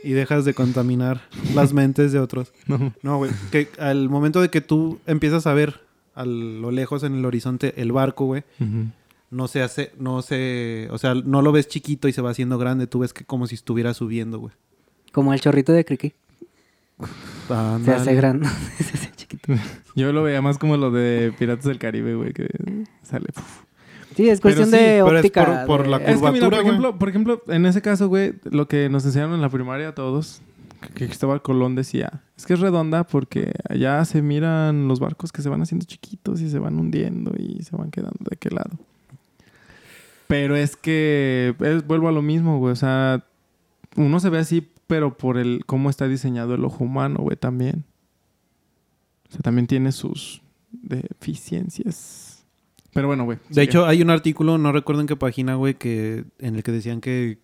C: Y dejas de contaminar las mentes de otros.
A: [LAUGHS] No.
C: No, güey, que al momento de que tú empiezas a ver a lo lejos en el horizonte el barco, güey,
A: Ujú.
C: no se hace, no se, o sea, no lo ves chiquito y se va haciendo grande, tú ves que como si estuviera subiendo, güey.
B: Como el chorrito de Criqui. Se
C: Ándale.
B: hace grande, [LAUGHS] se hace chiquito.
A: Yo lo veía más como lo de Piratas del Caribe, güey, que sale.
B: Sí, es cuestión
C: sí,
B: de
C: pero es
B: óptica.
C: por- por
B: de-
C: la
A: Es que mira, por
C: curvatura, güey.
A: ejemplo, por ejemplo, en ese caso, güey, lo que nos enseñaron en la primaria a todos, que- que Cristóbal Colón decía, es que es redonda porque allá se miran los barcos que se van haciendo chiquitos y se van hundiendo y se van quedando de qué lado. Pero es que es- vuelvo a lo mismo, güey, o sea, uno se ve así, pero por el cómo está diseñado el ojo humano, güey, también. O sea, también tiene sus deficiencias. Pero bueno, güey.
C: De
A: sigue.
C: hecho, hay un artículo, no recuerdo en qué página, güey, que en el que decían que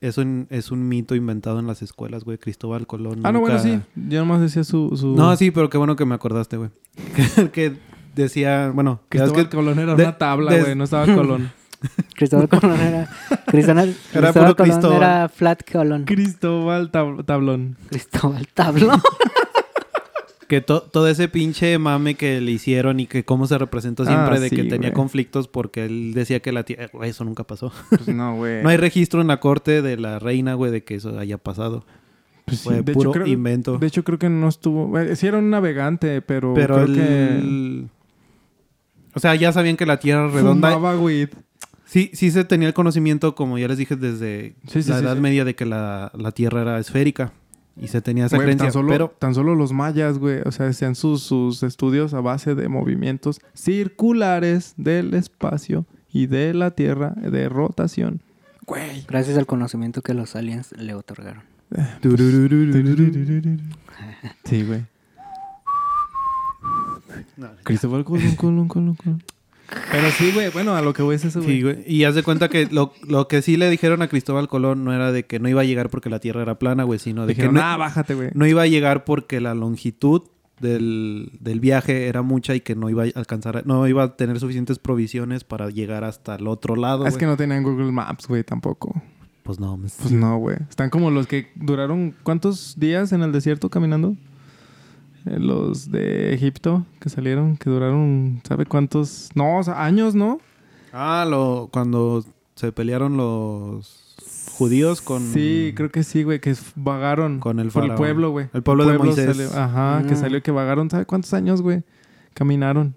C: eso en- es un mito inventado en las escuelas, güey. Cristóbal Colón.
A: Ah, no, bueno,
C: Mm, nunca-
A: sí. Yo nomás decía su... su...
C: No, sí, pero qué bueno que me acordaste, güey. [LAUGHS] Que- que decía, bueno, ya ves
A: Cristóbal Colón era
C: de-
A: una tabla,
C: des-
A: güey. No estaba
C: [LAUGHS]
A: Colón.
B: Cristóbal Colón era. Cristóbal,
C: Era
B: Cristóbal
C: puro
B: Colón
C: Cristóbal.
B: era Flat Colón.
A: Cristóbal Tab- Tablón.
B: Cristóbal
C: [LAUGHS]
B: Tablón.
C: que to- todo ese pinche mame que le hicieron y que cómo se representó siempre
A: Ah,
C: de que
A: sí,
C: tenía
A: güey.
C: conflictos porque él decía que la tía... Güey, eso nunca pasó.
A: Pues no, güey.
C: No hay registro en la corte de la reina, güey, de que eso haya pasado.
A: Pues sí,
C: Fue
A: de,
C: puro
A: hecho, creo,
C: invento.
A: de hecho, creo que no estuvo... eh, Sí era un navegante, pero,
C: pero
A: creo
C: el...
A: que...
C: O sea, ya sabían que la tierra era redonda.
A: Fumaba weed.
C: Sí, sí se tenía el conocimiento, como ya les dije, desde
A: Sí, sí,
C: la
A: sí,
C: Edad
A: sí.
C: Media de que la, la Tierra era esférica. Y se tenía esa
A: Güey,
C: creencia.
A: tan, solo,
C: Pero
A: tan solo los mayas, güey. O sea, hacían sus, sus estudios a base de movimientos circulares del espacio y de la Tierra de rotación. Güey.
B: Gracias al conocimiento que los aliens le otorgaron.
A: Sí, güey.
C: No,
A: Eh, Cristóbal Colón, Colón, Colón, Colón. Pero sí, güey, bueno, a lo que voy es eso, güey.
C: Sí, güey. Y haz de cuenta que lo, lo que sí le dijeron a Cristóbal Colón no era de que no iba a llegar porque la Tierra era plana, güey, sino de
A: Dijeron,
C: que no,
A: ah, bájate, güey.
C: no iba a llegar porque la longitud del, del viaje era mucha y que no iba a alcanzar, no iba a tener suficientes provisiones para llegar hasta el otro lado.
A: es
C: güey.
A: que no tenían Google Maps, güey, tampoco.
C: Pues no, mames.
A: Pues no, güey. Están como los que duraron ¿cuántos días en el desierto caminando? Eh, los de Egipto que salieron, que duraron, ¿sabe cuántos? No, o sea, años, ¿no?
C: Ah, lo, cuando se pelearon los judíos con...
A: Sí, creo que sí, güey, que f- vagaron
C: Con el
A: por el
C: faraón.
A: pueblo, güey.
C: El pueblo de Moisés.
A: salió- Ah. ajá, que
B: Mm.
A: salió que vagaron, ¿sabe cuántos años, güey? Caminaron.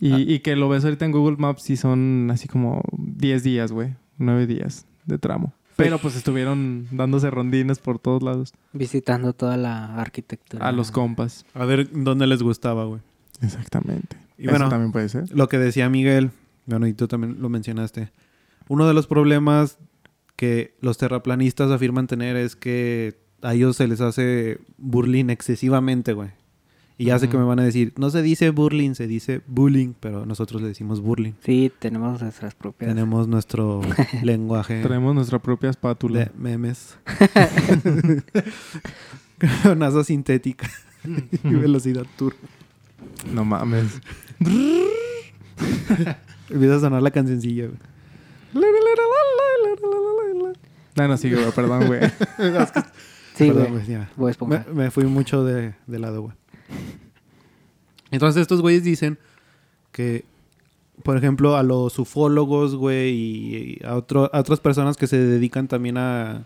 A: Y,
C: Ah.
A: y que lo ves ahorita en Google Maps y son así como 10 días, güey, 9 días de tramo. Pero pues estuvieron dándose rondines por todos lados
B: Visitando toda la arquitectura.
A: a los compas.
C: A ver dónde les gustaba, güey.
A: Exactamente.
C: Y bueno,
A: Eso también puede ser.
C: lo que decía Miguel, bueno, y tú también lo mencionaste. Uno de los problemas que los terraplanistas afirman tener es que a ellos se les hace burling excesivamente, güey. Y ya sé que
A: Ujú.
C: me van a decir, no se dice burling, se dice bullying, pero nosotros le decimos burling.
B: Sí, tenemos nuestras propias.
A: [LAUGHS]
C: Tenemos nuestro lenguaje
A: eh, Traemos nuestra propia espátula.
C: de [LAUGHS] memes. Con asa [LAUGHS] sintética y velocidad turbo.
A: No mames.
C: Empieza a sonar la cancioncilla, güey.
A: [LAUGHS] No, no, sí, güey, perdón, [LAUGHS] güey.
B: Sí,
C: Perdón,
B: güey.
C: güey, ya.
B: Voy a
C: Me,
B: esponjar.
C: me fui mucho de, de lado, güey. Entonces estos güeyes dicen que, por ejemplo, a los ufólogos, güey, y, y a, otro- a otras personas que se dedican también a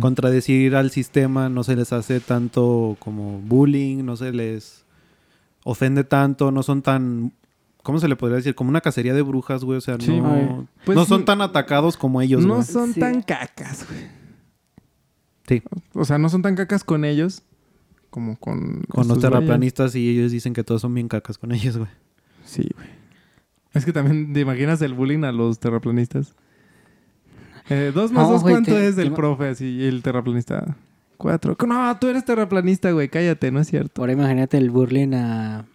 C: contradecir al sistema, no se les hace tanto como bullying, no se les ofende tanto, no son tan... ¿Cómo se le podría decir? Como una cacería de brujas, güey. O sea,
A: Sí,
C: no,
B: güey.
A: Pues,
C: no son tan atacados como ellos,
A: no
C: güey.
A: son
B: Sí.
A: tan cacas, güey.
C: Sí.
A: O sea, no son tan cacas con ellos como con...
C: Con los
A: estos güeyes.
C: terraplanistas y ellos dicen que todos son bien cacas con ellos, güey.
A: Sí, güey. Es que también te imaginas el bullying a los terraplanistas. Eh, dos más
B: No,
A: dos,
B: güey,
A: ¿cuánto
B: te-
A: es
B: te
A: del
B: ma-
A: profe? Así, y el terraplanista. Cuatro. No, tú eres terraplanista, güey. Cállate, no es cierto.
B: Ahora imagínate el burling a,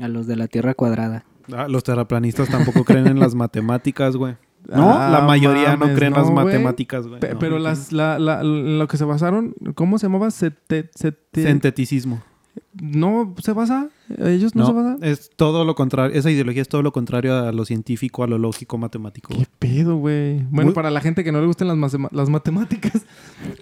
B: a los de la Tierra Cuadrada.
C: Ah, los terraplanistas tampoco creen en las matemáticas, güey. No,
A: Ah,
C: la mayoría no
A: mames,
C: creen en las
A: no, güey.
C: matemáticas, güey.
A: Pe-
C: No.
A: pero las, la, la- lo que se basaron, ¿cómo se llamaba? Sete- sete-
C: Sinteticismo.
A: no se basa, ellos no,
C: No,
A: se basan.
C: es todo lo contrario. Esa ideología es todo lo contrario a lo científico, a lo lógico, matemático.
A: ¿Qué
C: güey.
A: pedo, güey? Bueno,
C: Muy-
A: para la gente que no le gustan las, masema- las matemáticas,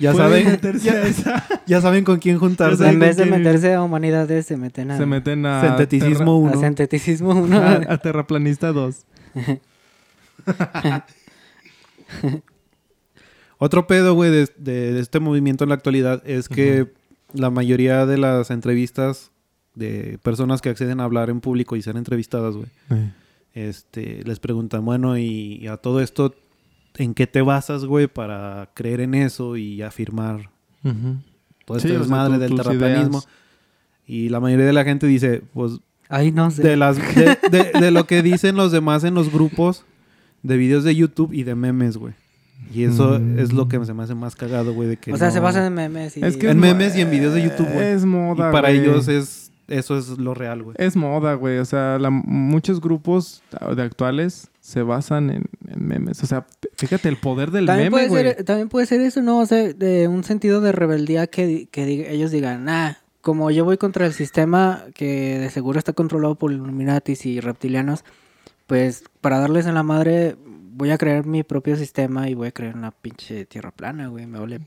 C: Ya
A: pueden
C: saben,
A: meterse a
C: ya, [LAUGHS]
A: esa.
C: ya saben con quién juntarse.
A: saben
B: en vez de
A: quién ir.
B: meterse a humanidades, se meten a,
A: Se meten a.
C: Sinteticismo
B: a
C: 1.
B: sinteticismo
A: terra-
B: uno.
C: Ah,
A: a, a terraplanista 2.
C: Otro pedo, güey, de, de- de este movimiento en la actualidad es que la mayoría de las entrevistas de personas que acceden a hablar en público y ser entrevistadas, güey, este, les preguntan, bueno, y, y a todo esto, ¿en qué te basas, güey, para creer en eso y afirmar todo
A: Sí,
C: este
A: o sea,
C: desmadre
A: tu-
C: del
A: tus
C: terraplanismo?
A: ideas.
C: Y la mayoría de la gente dice, pues,
B: Ay, no sé.
C: de, las, de, de- de lo que dicen los demás en los grupos de videos de YouTube y de memes, güey. Y eso
A: Mm.
C: es lo que se me hace más cagado, güey, de que
B: o sea,
C: no-
B: se basan en memes. Y...
A: Es que
C: En
A: mo-
C: memes y en videos de YouTube, güey.
A: Es
C: y
A: moda,
C: para
A: güey.
C: ellos es eso es lo real, güey.
A: Es moda, güey. O sea, la- muchos grupos de actuales se basan en, en memes. O sea, fíjate el poder del
B: también,
A: meme,
B: puede
A: güey.
B: ser, eh, también puede ser eso, ¿no? O sea, de un sentido de rebeldía que, di- que diga- ellos digan, ah, como yo voy contra el sistema que de seguro está controlado por Illuminatis y reptilianos, pues para darles en la madre voy a crear mi propio sistema y voy a crear una pinche tierra plana, güey, me vale.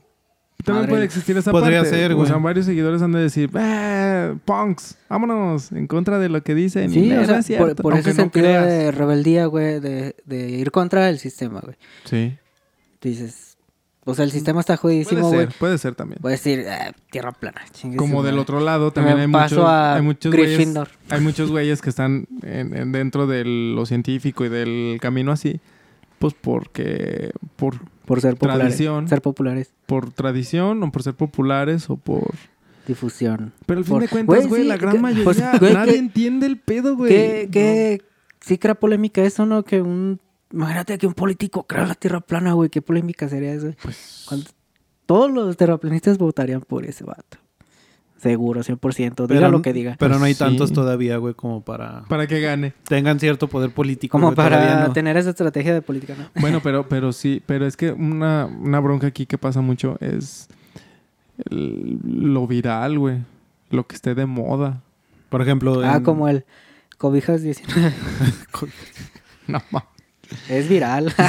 A: También
B: Madre.
A: puede existir esa
C: Podría
A: parte.
C: ser,
A: O
C: güey.
A: sea, varios seguidores han de decir, "Ah, punks, vámonos, en contra de lo que dicen. Y
B: Sí,
A: no,
B: o
A: no
B: sea,
A: es
B: por,
A: cierto.
B: por
A: Aunque
B: ese
A: no
B: sentido
A: creas.
B: de rebeldía, güey, de, de ir contra el sistema, güey.
A: Sí.
B: Dices, o sea, el sistema está
A: Puede
B: jodidísimo, güey.
A: ser, puede ser también.
B: Voy a decir, "Ah, tierra plana, chingue su
A: Como del
B: madre".
A: otro lado también
B: Me
A: hay
B: paso
A: muchos,
B: a
A: hay muchos güeyes,
B: Gryffindor.
A: hay muchos güeyes que están en- en dentro de lo científico y del camino así, pues porque por
B: Por ser populares.
A: Tradición.
B: Ser populares.
A: por tradición o por ser populares o por
B: Difusión.
A: Pero al fin
B: Por-
A: de cuentas,
B: Güey,
A: güey,
B: sí,
A: la gran
B: que-
A: mayoría
B: pues, güey,
A: nadie
B: que-
A: entiende el pedo, güey.
B: ¿Qué, qué, sí crea polémica eso, ¿no? Que un... Imagínate que un político crea la tierra plana, güey. ¿Qué pues, polémica sería eso? Cuando- Todos los terraplanistas votarían por ese vato. O Seguro, 100%. Diga lo que diga.
C: Pero no hay
A: Sí.
C: tantos todavía, güey, como para...
A: Para que gane.
C: Tengan cierto poder político.
B: Como
C: güey, todavía
B: para
C: no.
B: tener esa estrategia de política, ¿no?
A: Bueno, pero, pero sí, pero es que una, una bronca aquí que pasa mucho es el- lo viral, güey. Lo que esté de moda. [LAUGHS]
C: Por ejemplo...
B: Ah,
C: en-
B: como el Cobijas 19.
A: No mames.
B: es viral.
A: [LAUGHS]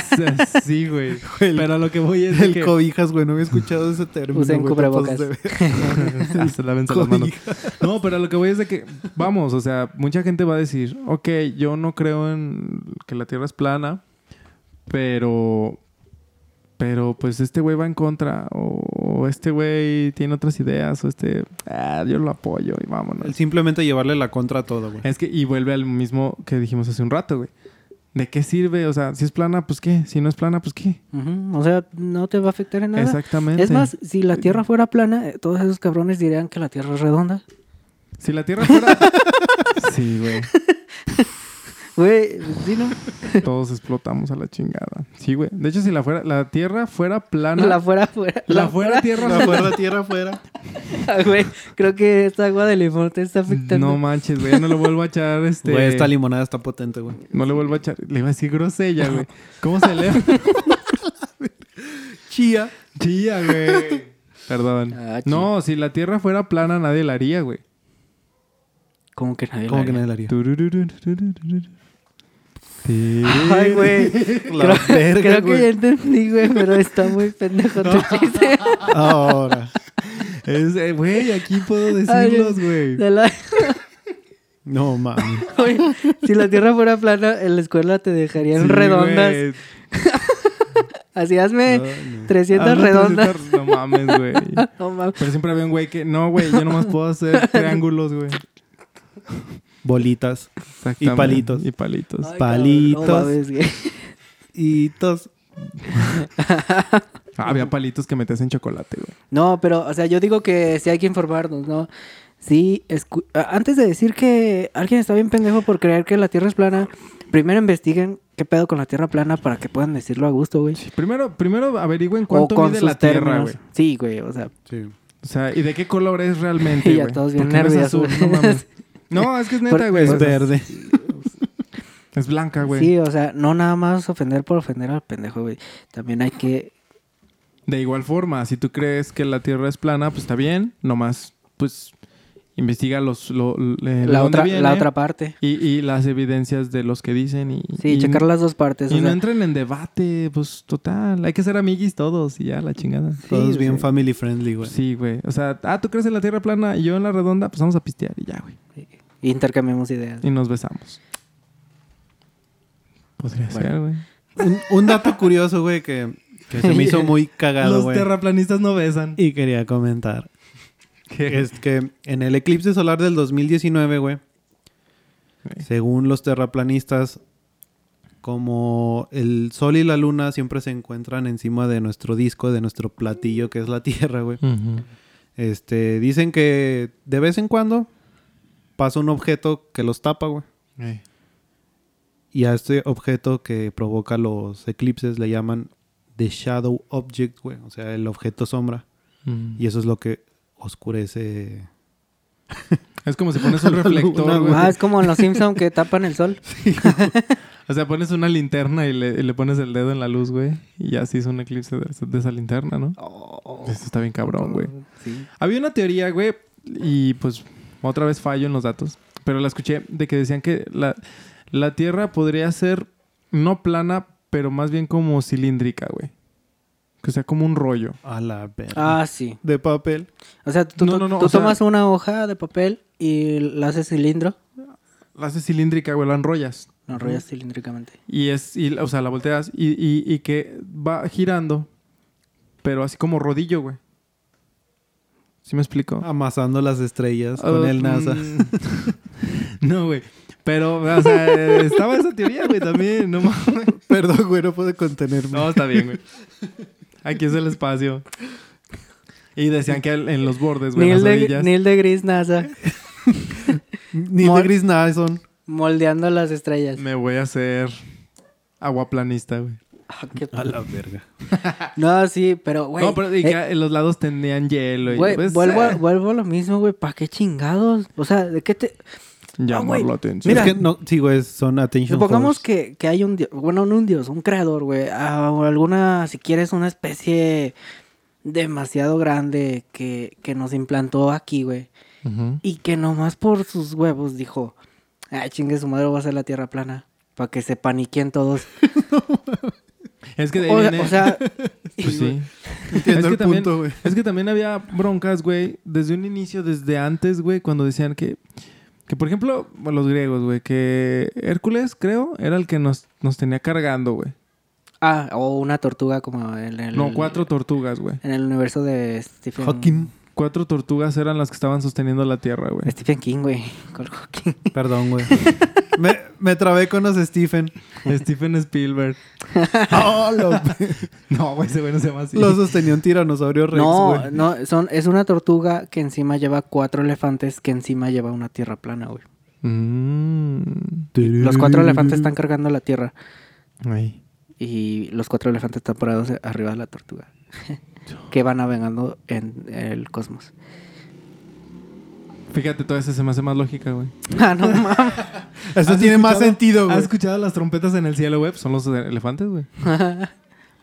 A: Sí, güey. Pero a lo que voy es de
C: El
A: que... [LAUGHS]
C: cobijas, güey. No había escuchado ese término.
B: Usen
C: güey, te
B: cubrebocas.
C: pasas de ver.
A: Ah, se lávense las manos. No, pero a lo que voy es de que, vamos, o sea, mucha gente va a decir, ok, yo no creo en que la Tierra es plana, pero, pero pues este güey va en contra, o, o este güey tiene otras ideas, o este, ah, yo lo apoyo y vámonos.
C: El Simplemente llevarle la contra a
A: [LAUGHS]
C: todo, güey.
A: Es que, y vuelve al mismo que dijimos hace un rato, güey. ¿De qué sirve? O sea, si es plana, pues qué. Si no es plana, pues qué.
B: Ujú, O sea, no te va a afectar en nada.
A: Exactamente.
B: Es más, si la Tierra fuera plana, eh, todos esos cabrones dirían que la Tierra es redonda.
A: si la Tierra
B: [LAUGHS]
A: fuera... sí, güey.
B: Güey, sí, ¿no?
A: Todos explotamos a la chingada. Sí, güey. De hecho, si la, fuera, la Tierra fuera plana...
B: La fuera fuera.
A: La, fuera
B: [LAUGHS]
A: tierra.
C: La fuera, tierra afuera.
B: Ah, Güey, creo que esta agua de limón te está afectando.
A: No manches, güey. ya No le vuelvo a echar este.
C: Güey, esta limonada está potente, güey.
A: No le vuelvo a echar. Le iba a decir grosella, güey. ¿Cómo se lee?
C: [LAUGHS] Chía.
A: Chía, güey. Perdón.
B: Ah, chi-
A: no, si la tierra fuera plana, nadie la haría, güey.
B: Como que nadie.
C: ¿Cómo
B: la
C: que
B: haría?
C: nadie la haría?
B: Ay, güey. Creo,
C: La verga,
B: creo que
C: güey.
B: ya entendí, güey, pero está muy pendejo tu chiste.
C: Ahora.
A: Es, eh, Güey, aquí puedo
B: Ay,
A: decirlos, güey.
B: De la- [LAUGHS]
C: No, mami.
B: Oye, si la tierra fuera plana, en la escuela te dejarían
A: Sí,
B: redondas.
A: güey.
B: Así hazme
A: Ay, no.
B: 300
A: Ah, no,
B: redondas.
A: 300, No mames, güey.
B: No mames.
A: Pero siempre había un güey que, no, güey, yo nomás puedo
B: [LAUGHS]
A: hacer triángulos, güey.
C: Bolitas.
A: Exactamente.
C: palitos.
A: Y palitos.
B: Ay,
C: palitos.
B: cabrón, no mames, güey.
C: Y tos.
A: Ah, había palitos que metes en chocolate, güey.
B: No, pero, o sea, yo digo que sí hay que informarnos, ¿no? Sí, escu- a- antes de decir que alguien está bien pendejo por creer que la Tierra es plana, primero investiguen qué pedo con la Tierra plana para que puedan decirlo a gusto, güey.
A: Primero, primero averigüen
B: O
A: cuánto
B: con
A: mide
B: sus
A: la Tierra,
B: términos.
A: güey.
B: Sí, güey, o sea,
C: Sí.
A: O sea, y de qué color es realmente,
B: Y
A: güey.
B: [LAUGHS] ya todos bien
A: Porque no es
B: nerviosos,
A: azul, No,
B: güey. [LAUGHS]
A: mames. No, es que es neta,
B: Por-
A: güey.
C: Es
A: Es,
C: verde.
A: [LAUGHS] es blanca, Ah, güey.
B: sí, o sea, no nada más ofender por ofender al pendejo, güey. También hay que
A: De igual forma, si tú crees que la Tierra es plana, pues está bien. Nomás, pues, investiga los... Lo, eh, de
B: la
A: dónde
B: otra,
A: viene
B: la otra parte.
A: Y, y las evidencias de los que dicen y...
B: Sí,
A: y-
B: checar las dos partes.
A: Y
B: o
A: no
B: sea,
A: entren en debate, pues, total. Hay que ser amiguis todos y ya, la chingada.
C: Todos
B: sí,
C: bien
B: sí.
C: family friendly, güey.
A: Sí, güey. O sea, ah, tú crees en la Tierra plana y yo en la redonda, pues vamos a pistear y ya, güey.
B: Intercambiamos ideas.
A: Y nos besamos. Podría ser, güey.
C: Un, un dato curioso, güey, que, que se me hizo muy cagado, güey.
A: terraplanistas no besan. [LAUGHS]
C: Y quería comentar. Es que en el eclipse solar del 2019, güey,
A: Ok.
C: según los terraplanistas, como el sol y la luna siempre se encuentran encima de nuestro disco, de nuestro platillo que es la [LAUGHS] Tierra, güey. Este, dicen que de vez en cuando pasa un objeto que los tapa, güey. Y a este objeto que provoca los eclipses le llaman The Shadow Object, güey. O sea, el objeto sombra.
A: Mm.
C: Y eso es lo que oscurece.
A: Es como si pones un reflector, güey.
B: Ah, es como en los
A: [LAUGHS]
B: Simpsons que tapan el sol.
A: O sea, pones una linterna y le, y le pones el dedo en la luz, güey. Y ya se hizo un eclipse de, de esa linterna, ¿no?
B: Oh.
A: Eso está bien cabrón, güey.
B: Sí.
A: Había una teoría, güey, y pues otra vez fallo en los datos, pero la escuché de que decían que la, la Tierra podría ser no plana, pero más bien como cilíndrica, güey. Que sea como un rollo.
C: A la verga.
B: Ah, sí.
C: De papel.
B: O sea, tú,
A: No,
B: to-
A: no, no,
B: tú
A: o sea-
B: tomas una hoja de papel y la haces cilindro,
A: La haces cilíndrica, güey, la enrollas.
B: la enrollas cilíndricamente.
A: Y es, y, o sea, la volteas y, y- y que va girando, pero así como rodillo, güey. ¿Sí me explico?
C: Amasando las estrellas Ah, pues, con
A: Ah,
C: el NASA. [LAUGHS]
A: mm. [LAUGHS] no, güey. Pero, o sea, eh, estaba esa teoría, güey, también. No mames.
C: Perdón, güey, no pude contenerme.
A: No, está bien, güey. Aquí es el espacio. Y decían que el- en los bordes, güey, en las
B: Neil de,
A: orillas.
B: Neil de Gris NASA,
C: Ni de
B: Mor-
C: Gris Nason.
B: moldeando las estrellas.
A: Me voy a hacer aguaplanista, güey.
B: Ah, qué
C: A la verga.
B: No, sí, pero, güey.
A: no, pero y
B: eh,
A: que en los lados tenían hielo y
B: güey,
A: pues,
B: vuelvo, a-
A: eh,
B: vuelvo a lo mismo, güey. ¿Para qué chingados? O sea, ¿de qué te...?
A: llamar
B: Ah, güey,
A: la atención.
B: Mira.
C: Es que no, sí, güey, son attention
B: Supongamos
C: whores.
B: que, que hay un dios, bueno, no un dios, un creador, güey. ah, o alguna, si quieres, una especie demasiado grande que, que nos implantó aquí, güey.
A: Ujú.
B: Y que nomás por sus huevos dijo, ay, chingue su madre, va a ser la tierra plana. Para que se paniquen todos.
A: Es [LAUGHS] que de ahí
B: O,
A: viene-
B: o sea,
A: Pues sí.
C: Entiendo el
A: también,
C: punto, güey.
A: es que también había broncas, güey, desde un inicio, desde antes, güey, cuando decían que, que por ejemplo, los griegos, güey, que Hércules, creo, era el que nos, nos tenía cargando, güey.
B: ah, o una tortuga como en el...
A: No, cuatro tortugas, güey.
B: En el universo de Stephen...
C: Hawking.
A: Cuatro tortugas eran las que estaban sosteniendo la Tierra,
B: [LAUGHS]
A: güey.
B: Stephen King, güey. Con Hawking.
C: Perdón, güey. [LAUGHS] me, me trabé con los Stephen.
A: Stephen
B: [LAUGHS]
A: Spielberg.
C: Oh, lo-
A: [LAUGHS] No, güey, ese güey no se llama así.
C: Lo sostenía un tiranosaurio rex,
B: no,
C: güey.
B: no, son, es una tortuga que encima lleva cuatro elefantes que encima lleva una tierra plana, güey.
A: Mm.
B: Los cuatro elefantes están cargando la tierra
A: Ay.
B: y los cuatro elefantes están parados arriba de la tortuga. [LAUGHS] que van navegando en el cosmos. [LAUGHS]
A: Fíjate, toda esa se me hace más lógica, güey.
B: ah, no mames.
C: Eso
A: ¿Has
C: tiene más
A: escuchado-
C: sentido,
A: ¿Has
C: güey.
A: escuchado las trompetas en el cielo, güey? Son los elefantes, güey.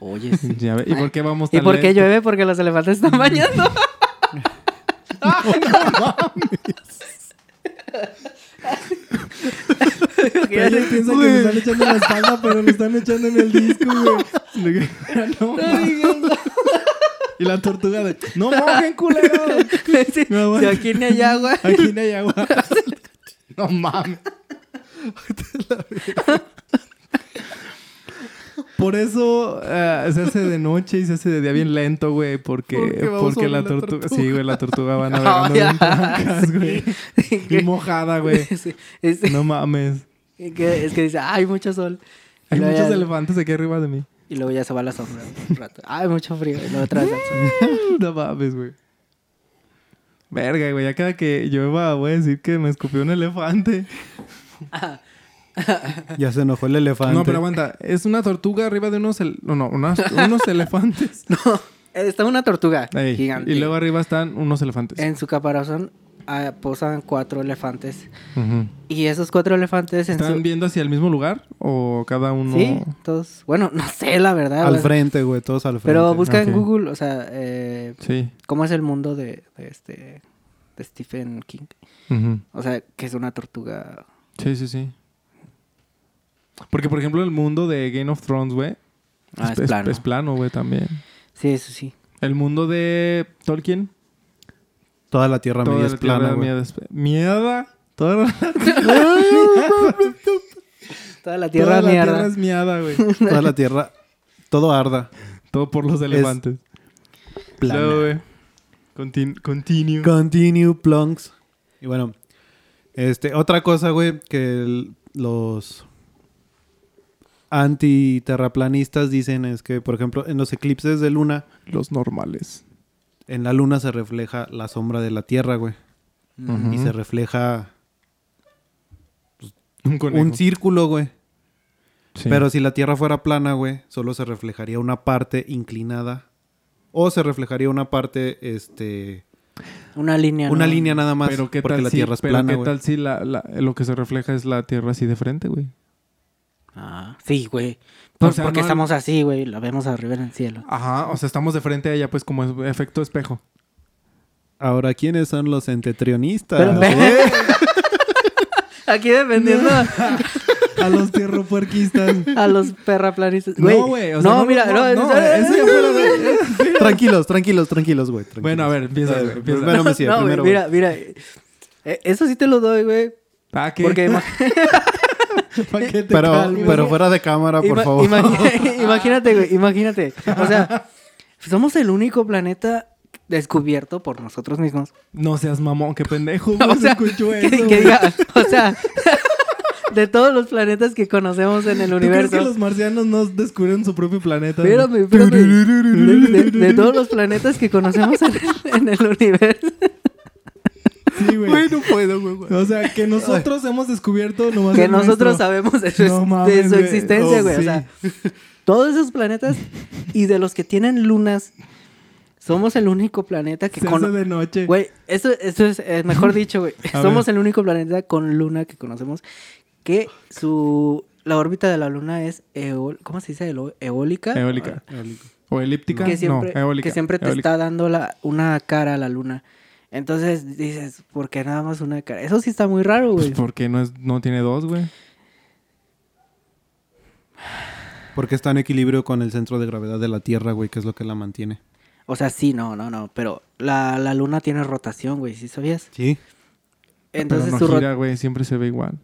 B: Oye, sí.
A: Ya ve- ¿Y por qué vamos
B: ¿Y
A: tan
B: por qué
A: lento?
B: llueve? Porque los elefantes están bañando.
A: Pero ella
B: [LAUGHS]
A: piensa que le están echando en la espalda, pero le están echando en el disco,
C: [LAUGHS]
A: güey. Le- No, ma. y la tortuga de... ¡No [LAUGHS] mojen, culero!
B: Sí,
A: No,
B: si
A: bueno.
B: aquí ni hay agua.
A: [LAUGHS] Aquí no hay agua. No mames. Por eso eh, se hace de noche y se hace de día bien lento, güey. Porque,
C: Porque
A: porque,
C: vamos sobre
A: la,
C: la
A: tortuga...
C: tortuga.
A: Sí, güey, la tortuga va
B: No,
A: navegando
B: ya,
A: bien trancas,
B: sí.
A: güey.
B: [LAUGHS] Sí,
A: Y
B: que-
A: mojada, güey.
B: sí, es,
A: No mames.
B: es que, es que dice, "Ah, hay mucho sol. Y
A: Hay
B: luego
A: muchos
B: ya-
A: elefantes aquí arriba de mí.
B: Y luego ya se va a la sombra un rato. Ay, mucho frío. Y luego otra vez al sol.
A: No mames, güey. Verga, güey. Ya cada que llueva voy a decir que me escupió un elefante.
C: Ya se enojó el elefante.
A: No, pero aguanta. Es una tortuga arriba de unos... el- No, no. unas- unos elefantes.
B: No, Eh, está una tortuga
A: Ey,
B: gigante.
A: Y luego arriba están unos elefantes.
B: En su caparazón ah, posan cuatro elefantes.
A: Ujú.
B: Y esos cuatro elefantes en
A: ¿Están
B: su...
A: viendo hacia el mismo lugar? ¿O cada uno...?
B: Sí, todos. Bueno, no sé la verdad.
C: Al
B: güey.
C: frente, güey, todos al frente.
B: Pero busca
A: ok.
B: en Google, o sea, eh,
A: Sí.
B: cómo es el mundo de, de este de Stephen King.
A: Ujú.
B: O sea, que es una tortuga.
A: Sí, sí, sí. Porque, por ejemplo, el mundo de Game of Thrones, güey...
B: Ah, es, plano.
A: Es plano, güey, también.
B: Sí, eso sí.
A: El mundo de Tolkien...
C: Toda la tierra
A: Toda
C: media
A: la
C: es
A: tierra
C: plana,
A: era
C: güey.
A: mía despe- Mierda. Toda la
B: Toda la
A: tierra,
B: tierra
A: toda la
B: mierda.
A: tierra es miada, güey.
C: Toda la tierra. Todo arda.
A: Todo por los elefantes.
C: Plana.
A: Luego, güey. Contin- continue.
C: Continue plunks. Y bueno, este, otra cosa, güey, que el- los antiterraplanistas dicen es que, por ejemplo, en los eclipses de luna,
A: los normales.
C: en la luna se refleja la sombra de la Tierra, güey. Y se refleja
A: Un conejo.
C: un círculo, güey.
A: Sí.
C: Pero si la Tierra fuera plana, güey, solo se reflejaría una parte inclinada. O se reflejaría una parte, este...
B: Una línea.
C: Una
B: ¿no?
C: línea nada más.
A: Pero qué
C: porque
A: tal
C: la
A: si,
C: Tierra es
A: pero
C: plana,
A: qué
C: güey.
A: tal si la- la- lo que se refleja es la tierra así de frente, güey.
B: Ah, sí, güey.
A: O
B: Pues
A: sea,
B: porque
A: no-
B: estamos así, güey. La vemos arriba en el cielo.
A: Ajá, o sea, estamos de frente a ella, pues como es- efecto espejo.
C: Ahora, ¿quiénes son los entetrionistas?
B: [LAUGHS] Pero-
C: güey?
B: Aquí defendiendo
A: A los tierropuerquistas.
B: a los perraplanistas. Güey,
A: no, güey. o sea,
B: no, mira, no,
A: no, eh, eso ya fue lo de-
C: [LAUGHS] tranquilos, tranquilos, tranquilos, güey. tranquilos.
A: Bueno, a ver, empieza, güey, empieza.
C: Primero Messi,
B: No, güey,
C: primero,
B: mira, mira. eh, Eso sí te lo doy, güey.
A: Ah, ¿qué?
B: Porque ima-
A: ¿Para qué
C: güey.
A: te
C: Pero,
A: calmas?
C: pero fuera de cámara, Ah, por
B: ima- [LAUGHS]
C: favor.
B: imagi- imagínate, güey, imagínate. O sea, somos el único planeta descubierto por nosotros mismos.
A: No seas mamón, qué [LAUGHS] pendejo.
B: O
A: güey, se
B: sea,
A: escuchó
B: que-
A: eso,
B: que
A: güey.
B: diga- o sea, [LAUGHS] de todos los planetas que conocemos en el
A: ¿Tú crees que
B: universo.
A: los marcianos no descubrieron su propio planeta? güey?
B: Espérame, espérame.
A: [LAUGHS]
B: De, de- de todos los planetas que conocemos en el, en el universo.
A: Sí, güey.
C: Güey, no puedo, güey. güey.
A: O sea, [LAUGHS] que nosotros hemos descubierto nomás
B: que
A: el
B: nosotros
A: nuestro.
B: sabemos de su,
A: No mames,
B: de su
A: güey.
B: existencia,
A: Oh,
B: güey. O
A: sí.
B: sea, todos esos planetas y de los que tienen lunas, somos el único planeta que
A: Se
B: cono-
A: hace de noche.
B: Güey, eso, eso es, eh, mejor dicho, güey.
A: A
B: Somos
A: ver.
B: el único planeta con luna que conocemos que su la órbita de la luna es eol- ¿cómo se dice? Elo- eólica.
A: Eólica. O elíptica.
B: Que siempre,
A: no, eólica.
B: que siempre te
A: Eólica.
B: está dando la, una cara a la luna. Entonces dices, ¿por qué nada más una cara? Eso sí está muy raro,
A: Pues
B: güey.
A: porque no, es, no tiene dos, güey.
C: Porque está en equilibrio con el centro de gravedad de la Tierra, güey, que es lo que la mantiene.
B: O sea, sí, no, no, no. Pero la, la luna tiene rotación, güey, ¿sí sabías?
C: Sí.
B: Entonces
A: Pero
B: su,
A: no
B: ro-
A: gira, güey. Siempre se ve igual.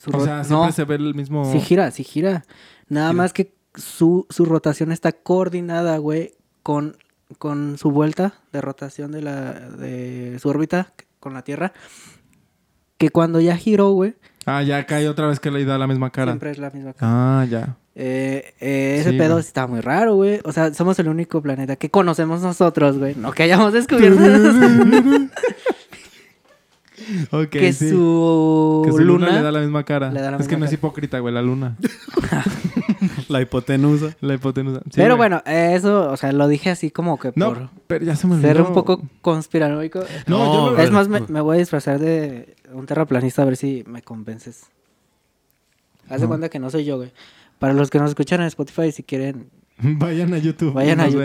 B: su
A: o
B: ro-
A: sea, siempre
B: no,
A: se ve el mismo...
B: Sí gira, sí gira. Nada
C: Gira.
B: más que su, su rotación está coordinada, güey, con, con su vuelta de rotación de, la, de su órbita con la Tierra. Que cuando ya giró, güey,
A: Ah, ya cae otra vez que le da la misma cara.
B: siempre es la misma cara.
A: Ah,
B: [LAUGHS]
A: ya.
B: Eh, eh, ese
A: Sí,
B: pedo
A: güey.
B: está muy raro, güey. O sea, somos el único planeta que conocemos nosotros, güey. No que hayamos [LAUGHS] descubierto
A: Ok,
B: que,
A: sí.
B: su
A: Que su luna,
B: luna...
A: le da la misma cara.
B: le da la
A: es que
B: misma
A: no es
B: cara.
A: hipócrita, güey, la luna.
C: La hipotenusa.
A: La hipotenusa. Sí,
B: Pero
A: güey.
B: bueno, eh, eso, o sea, lo dije así como que
A: No,
B: por
A: pero ya se me olvidó.
B: ser un poco conspiranoico.
A: No,
C: No,
A: yo me-
C: güey.
B: Es más, me, me voy a disfrazar de un terraplanista a ver si me convences. Haz de
A: No.
B: cuenta que no soy yo, güey. Para los que nos escuchan en Spotify, si quieren.
A: [LAUGHS] Vayan a YouTube.
B: Vayan
A: y
B: a
A: nos
B: YouTube.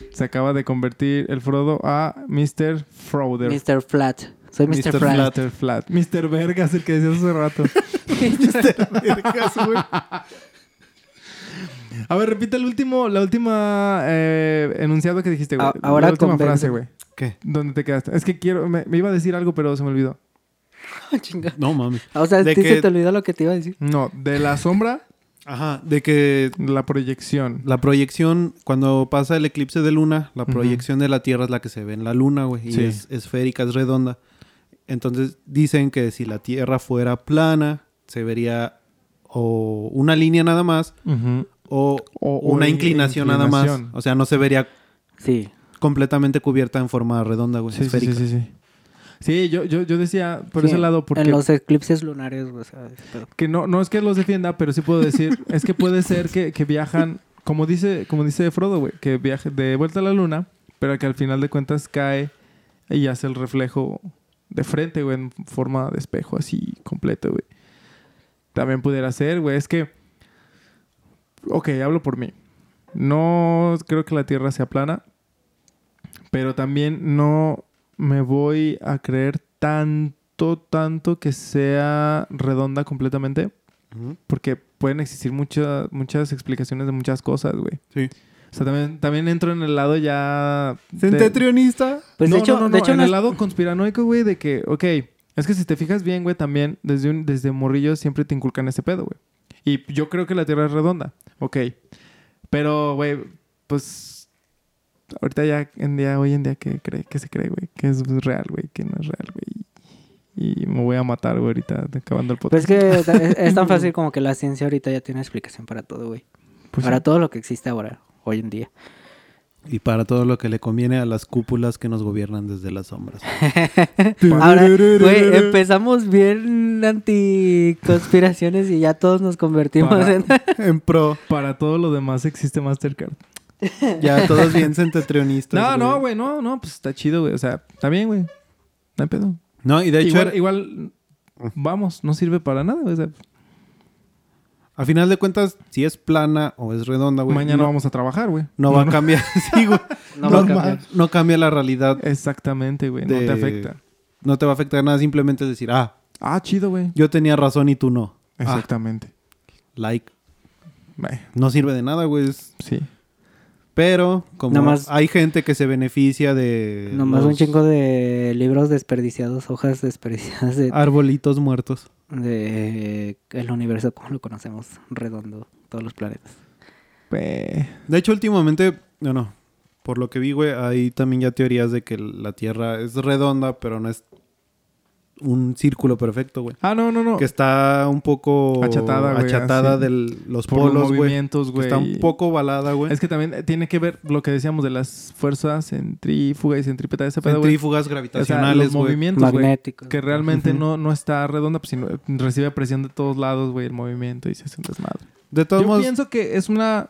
A: ven. Se acaba de convertir el Frodo a Mr. Froder.
B: Mr. Flat. Soy Mr.
C: Mr.
B: Flat. [LAUGHS]
A: Mr. Flat. Mr. Vergas, el que decía hace rato. A ver, repite el último, la última eh, enunciado que dijiste, güey.
B: A- ahora
A: la última
B: convence-
A: frase, güey.
C: ¿Qué?
A: ¿Dónde te quedaste? Es que quiero, me, me iba a decir algo, pero se me olvidó.
B: Ah, chinga.
C: No mames.
B: o sea,
C: De
B: ¿te- se
C: que-
B: te olvidó lo que te iba a decir.
A: No, de la sombra,
C: Ajá, de que
A: la proyección.
C: la proyección, cuando pasa el eclipse de luna, la
A: Ujú.
C: proyección de la Tierra es la que se ve en la luna, güey. Y
A: Sí.
C: es esférica, es redonda. Entonces dicen que si la Tierra fuera plana, se vería o una línea nada más
A: Ujú.
C: o,
A: O- o
C: una
A: i-
C: inclinación, nada más.
A: inclinación.
C: O sea, no se vería
B: Sí.
C: completamente cubierta en forma redonda, güey.
A: Sí, sí,
C: esférica.
A: sí, sí, sí. Sí, yo, yo, yo decía por
B: Sí,
A: ese lado, porque
B: En los eclipses lunares, güey. o sea, es pedo.
A: que no, no es que los defienda, pero sí puedo decir, es que puede ser que, que viajan, como dice, como dice Frodo, güey, que viaje de vuelta a la luna, pero que al final de cuentas cae y hace el reflejo de frente, güey, en forma de espejo así completo, güey. También pudiera ser, güey, es que... Ok, hablo por mí. No creo que la Tierra sea plana, pero también no me voy a creer tanto, tanto que sea redonda completamente,
C: Ujú.
A: porque pueden existir muchas muchas explicaciones de muchas cosas, güey.
C: Sí.
A: O sea, también, también entro en el lado ya... de-
C: Centetrionista.
B: Pues
A: No,
B: de hecho,
A: no, no,
B: de
A: no,
B: hecho
A: en
B: no es-
A: el lado conspiranoico, güey, de que, ok, es que si te fijas bien, güey, también desde, un, desde morrillo siempre te inculcan ese pedo, güey. Y yo creo que la Tierra es redonda, ok. Pero, güey, pues ahorita ya, en día, hoy en día, ¿qué, cree, qué se cree, güey? ¿Qué es real, güey? ¿Qué no es real, güey? Y me voy a matar, güey, ahorita acabando el
B: Pues
A: podcast. [LAUGHS]
B: que es, es tan fácil como que la ciencia ahorita ya tiene explicación para todo, güey.
A: Pues
B: para
A: sí.
B: todo lo que existe ahora, hoy en día.
C: Y para todo lo que le conviene a las cúpulas que nos gobiernan desde las
A: [LAUGHS]
C: sombras.
B: Ahora, güey, empezamos bien anticonspiraciones y ya todos nos convertimos
A: Para- [LAUGHS]
B: en... [LAUGHS]
C: en pro.
A: Para todo lo demás existe Mastercard.
C: Ya todos bien centetrionistas.
A: No, no, güey, no, no, pues está chido, güey. O sea, está bien, güey. No hay pedo.
C: No, y de hecho, Ah.
A: igual, igual, vamos, no sirve para nada. güey. O sea,
C: a final de cuentas, si es plana o es redonda, güey.
A: mañana
C: no,
A: vamos a trabajar, güey.
C: no
B: [LAUGHS]
C: va a cambiar. [LAUGHS] sí, güey.
B: No va a
C: No,
B: cambiar.
C: no cambia la realidad.
A: Exactamente, güey. No
C: De-
A: te afecta.
C: No te va a afectar nada. Simplemente decir, ah,
A: Ah, chido, güey.
C: yo tenía razón y tú no. Ah,
A: Exactamente.
C: like.
A: Bueno,
C: No sirve de nada, güey. es-
A: sí.
C: Pero, como
B: Nada más-
C: hay gente que se beneficia de
B: Nomás un
C: los
B: chingo de libros desperdiciados, hojas desperdiciadas
A: Ah.
B: de,
C: arbolitos muertos.
B: de el universo como lo conocemos, redondo, todos los planetas.
A: Güey.
C: De hecho, últimamente, no, no. Por lo que vi, güey, hay también ya teorías de que la Tierra es redonda, pero no es un círculo perfecto, güey.
A: Ah, no, no, no.
C: Que está un poco
A: Achatada, güey,
C: achatada
A: así.
C: de los
A: Por
C: polos,
A: los
C: güey.
A: movimientos,
C: Que Está
A: güey.
C: un poco ovalada, güey.
A: Es que también eh, tiene que ver lo que decíamos de las fuerzas centrífuga y centrípeta de ese pedo, güey. O
C: Centrífugas
A: sea, los
C: gravitacionales, güey.
A: movimientos, güey.
B: Magnético.
A: Que realmente
C: Ujú.
A: no, no está redonda, pues sino, recibe presión de todos lados, güey, el movimiento y se hace un desmadre.
C: de todos
A: Yo
C: modos,
A: pienso que es una,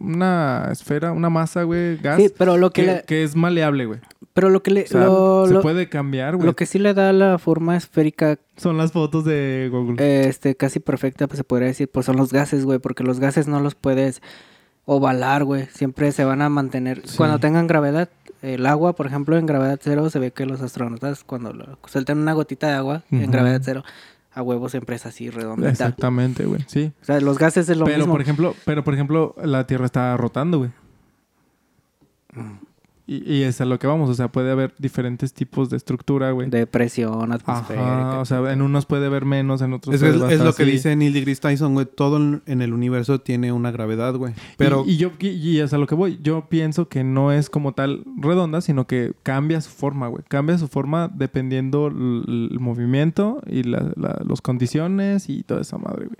A: una esfera, una masa, güey, gas,
B: Sí, pero lo que,
A: que,
B: le-
A: que es maleable, güey.
B: pero lo que le,
A: O sea,
B: lo,
A: se
B: lo-
A: puede cambiar, güey.
B: lo que sí le da la forma esférica
A: Son las fotos de Google.
B: eh, este casi perfecta, pues se podría decir, pues son los gases, güey, porque los gases no los puedes ovalar, güey, siempre se van a mantener
A: Sí.
B: cuando tengan gravedad. El agua, por ejemplo, en gravedad cero se ve que los astronautas cuando lo- sueltan una gotita de agua en
A: Ujú.
B: gravedad cero, a huevo siempre es así redondita.
A: Exactamente, güey. Sí.
B: O sea, los gases es lo
A: pero
B: mismo.
A: por ejemplo, pero por ejemplo, la Tierra está rotando, güey.
B: Mm.
A: Y, y es a lo que vamos, o sea, puede haber diferentes tipos de estructura, güey.
B: de presión atmosférica.
A: Ajá, o sea, en unos puede haber menos, en otros
C: es,
A: puede
C: es-
A: haber
C: es lo que
A: así.
C: dice Neil deGrasse Tyson, güey. Todo en en el universo tiene una gravedad, güey. Pero
A: Y, y yo, y, y es a lo que voy, yo pienso que no es como tal redonda, sino que cambia su forma, güey. Cambia su forma dependiendo l- l- el, movimiento y la- la- las condiciones y toda esa madre, güey.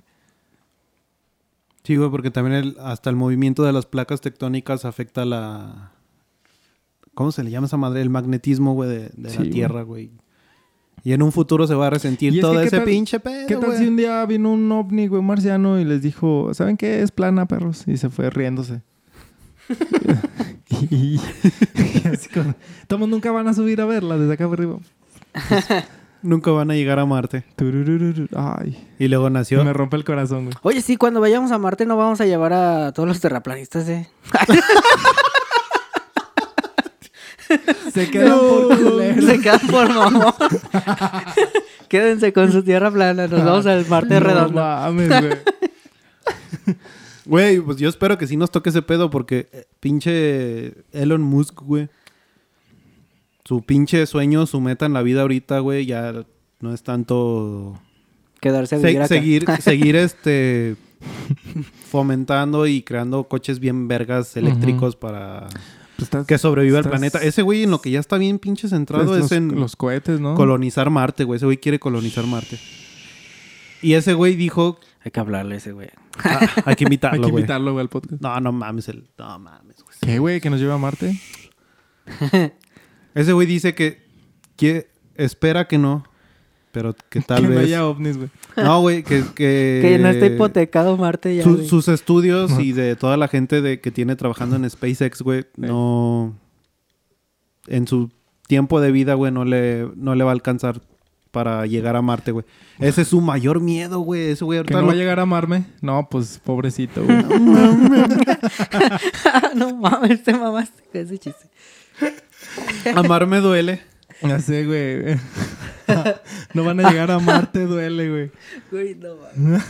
C: sí, güey, porque también el- hasta el movimiento de las placas tectónicas afecta la... ¿Cómo se le llama esa madre? El magnetismo, güey, de, de
A: Sí,
C: la
A: güey.
C: Tierra, güey. Y en un futuro se va a resentir
A: Y es
C: todo
A: que, ¿qué
C: ese
A: tal-
C: pinche pedo,
A: ¿Qué tal
C: güey.
A: si un día vino un ovni, güey, marciano y les dijo, ¿saben qué es plana, perros? Y se fue
C: [LAUGHS]
A: riéndose. y, y así como, "Todos nunca van a subir a verla desde acá arriba.
C: Nunca van a llegar a Marte.
A: Tururururu. Ay,
C: Y luego nació...
A: me rompe el corazón, güey.
B: Oye, sí, cuando vayamos a Marte no vamos a llevar a todos los terraplanistas, ¿eh?
C: [LAUGHS]
A: Se quedan por culeros.
B: Se quedan por mamón. Quédense con su tierra plana, nos vamos al Marte
A: No
B: redondo.
A: mames, güey.
C: Güey, pues yo espero que sí nos toque ese pedo porque eh, pinche Elon Musk, güey. Su pinche sueño, su meta en la vida ahorita, güey, ya no es tanto
B: Quedarse a
C: Se-
B: vivir acá.
A: [LAUGHS]
C: seguir seguir este fomentando y creando coches bien vergas eléctricos para
A: Pues estás-
C: que sobreviva el
A: estás-
C: planeta. Ese güey en lo que ya está bien pinche centrado
A: estás
C: es,
A: los,
C: en
A: los cohetes, ¿no?
C: colonizar Marte, güey. Ese güey quiere colonizar Marte. Y ese güey dijo,
B: Hay que hablarle a ese güey.
C: "Ah, hay que
A: [LAUGHS] Hay
C: invitarlo,
A: que
C: güey.
A: invitarlo, güey, al podcast.
C: No, no mames, el, no mames, güey.
A: ¿Qué, güey? ¿Que nos lleva a Marte?
C: Ese güey dice que, que espera que no, pero
A: [LAUGHS]
C: que tal
A: que no
C: vez.
A: haya ovnis, güey.
C: No, güey, que, que.
B: [LAUGHS] Que no está hipotecado Marte ya,
C: Eh, Su-
B: güey.
C: sus estudios y de toda la gente de, que tiene trabajando en SpaceX, güey, no. En su tiempo de vida, güey, no le, no le va a alcanzar para llegar a Marte, güey. Ese es su mayor miedo, güey. Ese güey
A: ¿Que
C: ahorita
A: no
C: lo-
A: va a llegar a amarme? No, pues, pobrecito, [LAUGHS] güey.
B: [LAUGHS] no mames, te mamaste con ese chiste.
C: Amar me duele.
A: Ya sé, güey. [LAUGHS] no van a llegar a Marte, duele, güey.
B: Güey, no mames.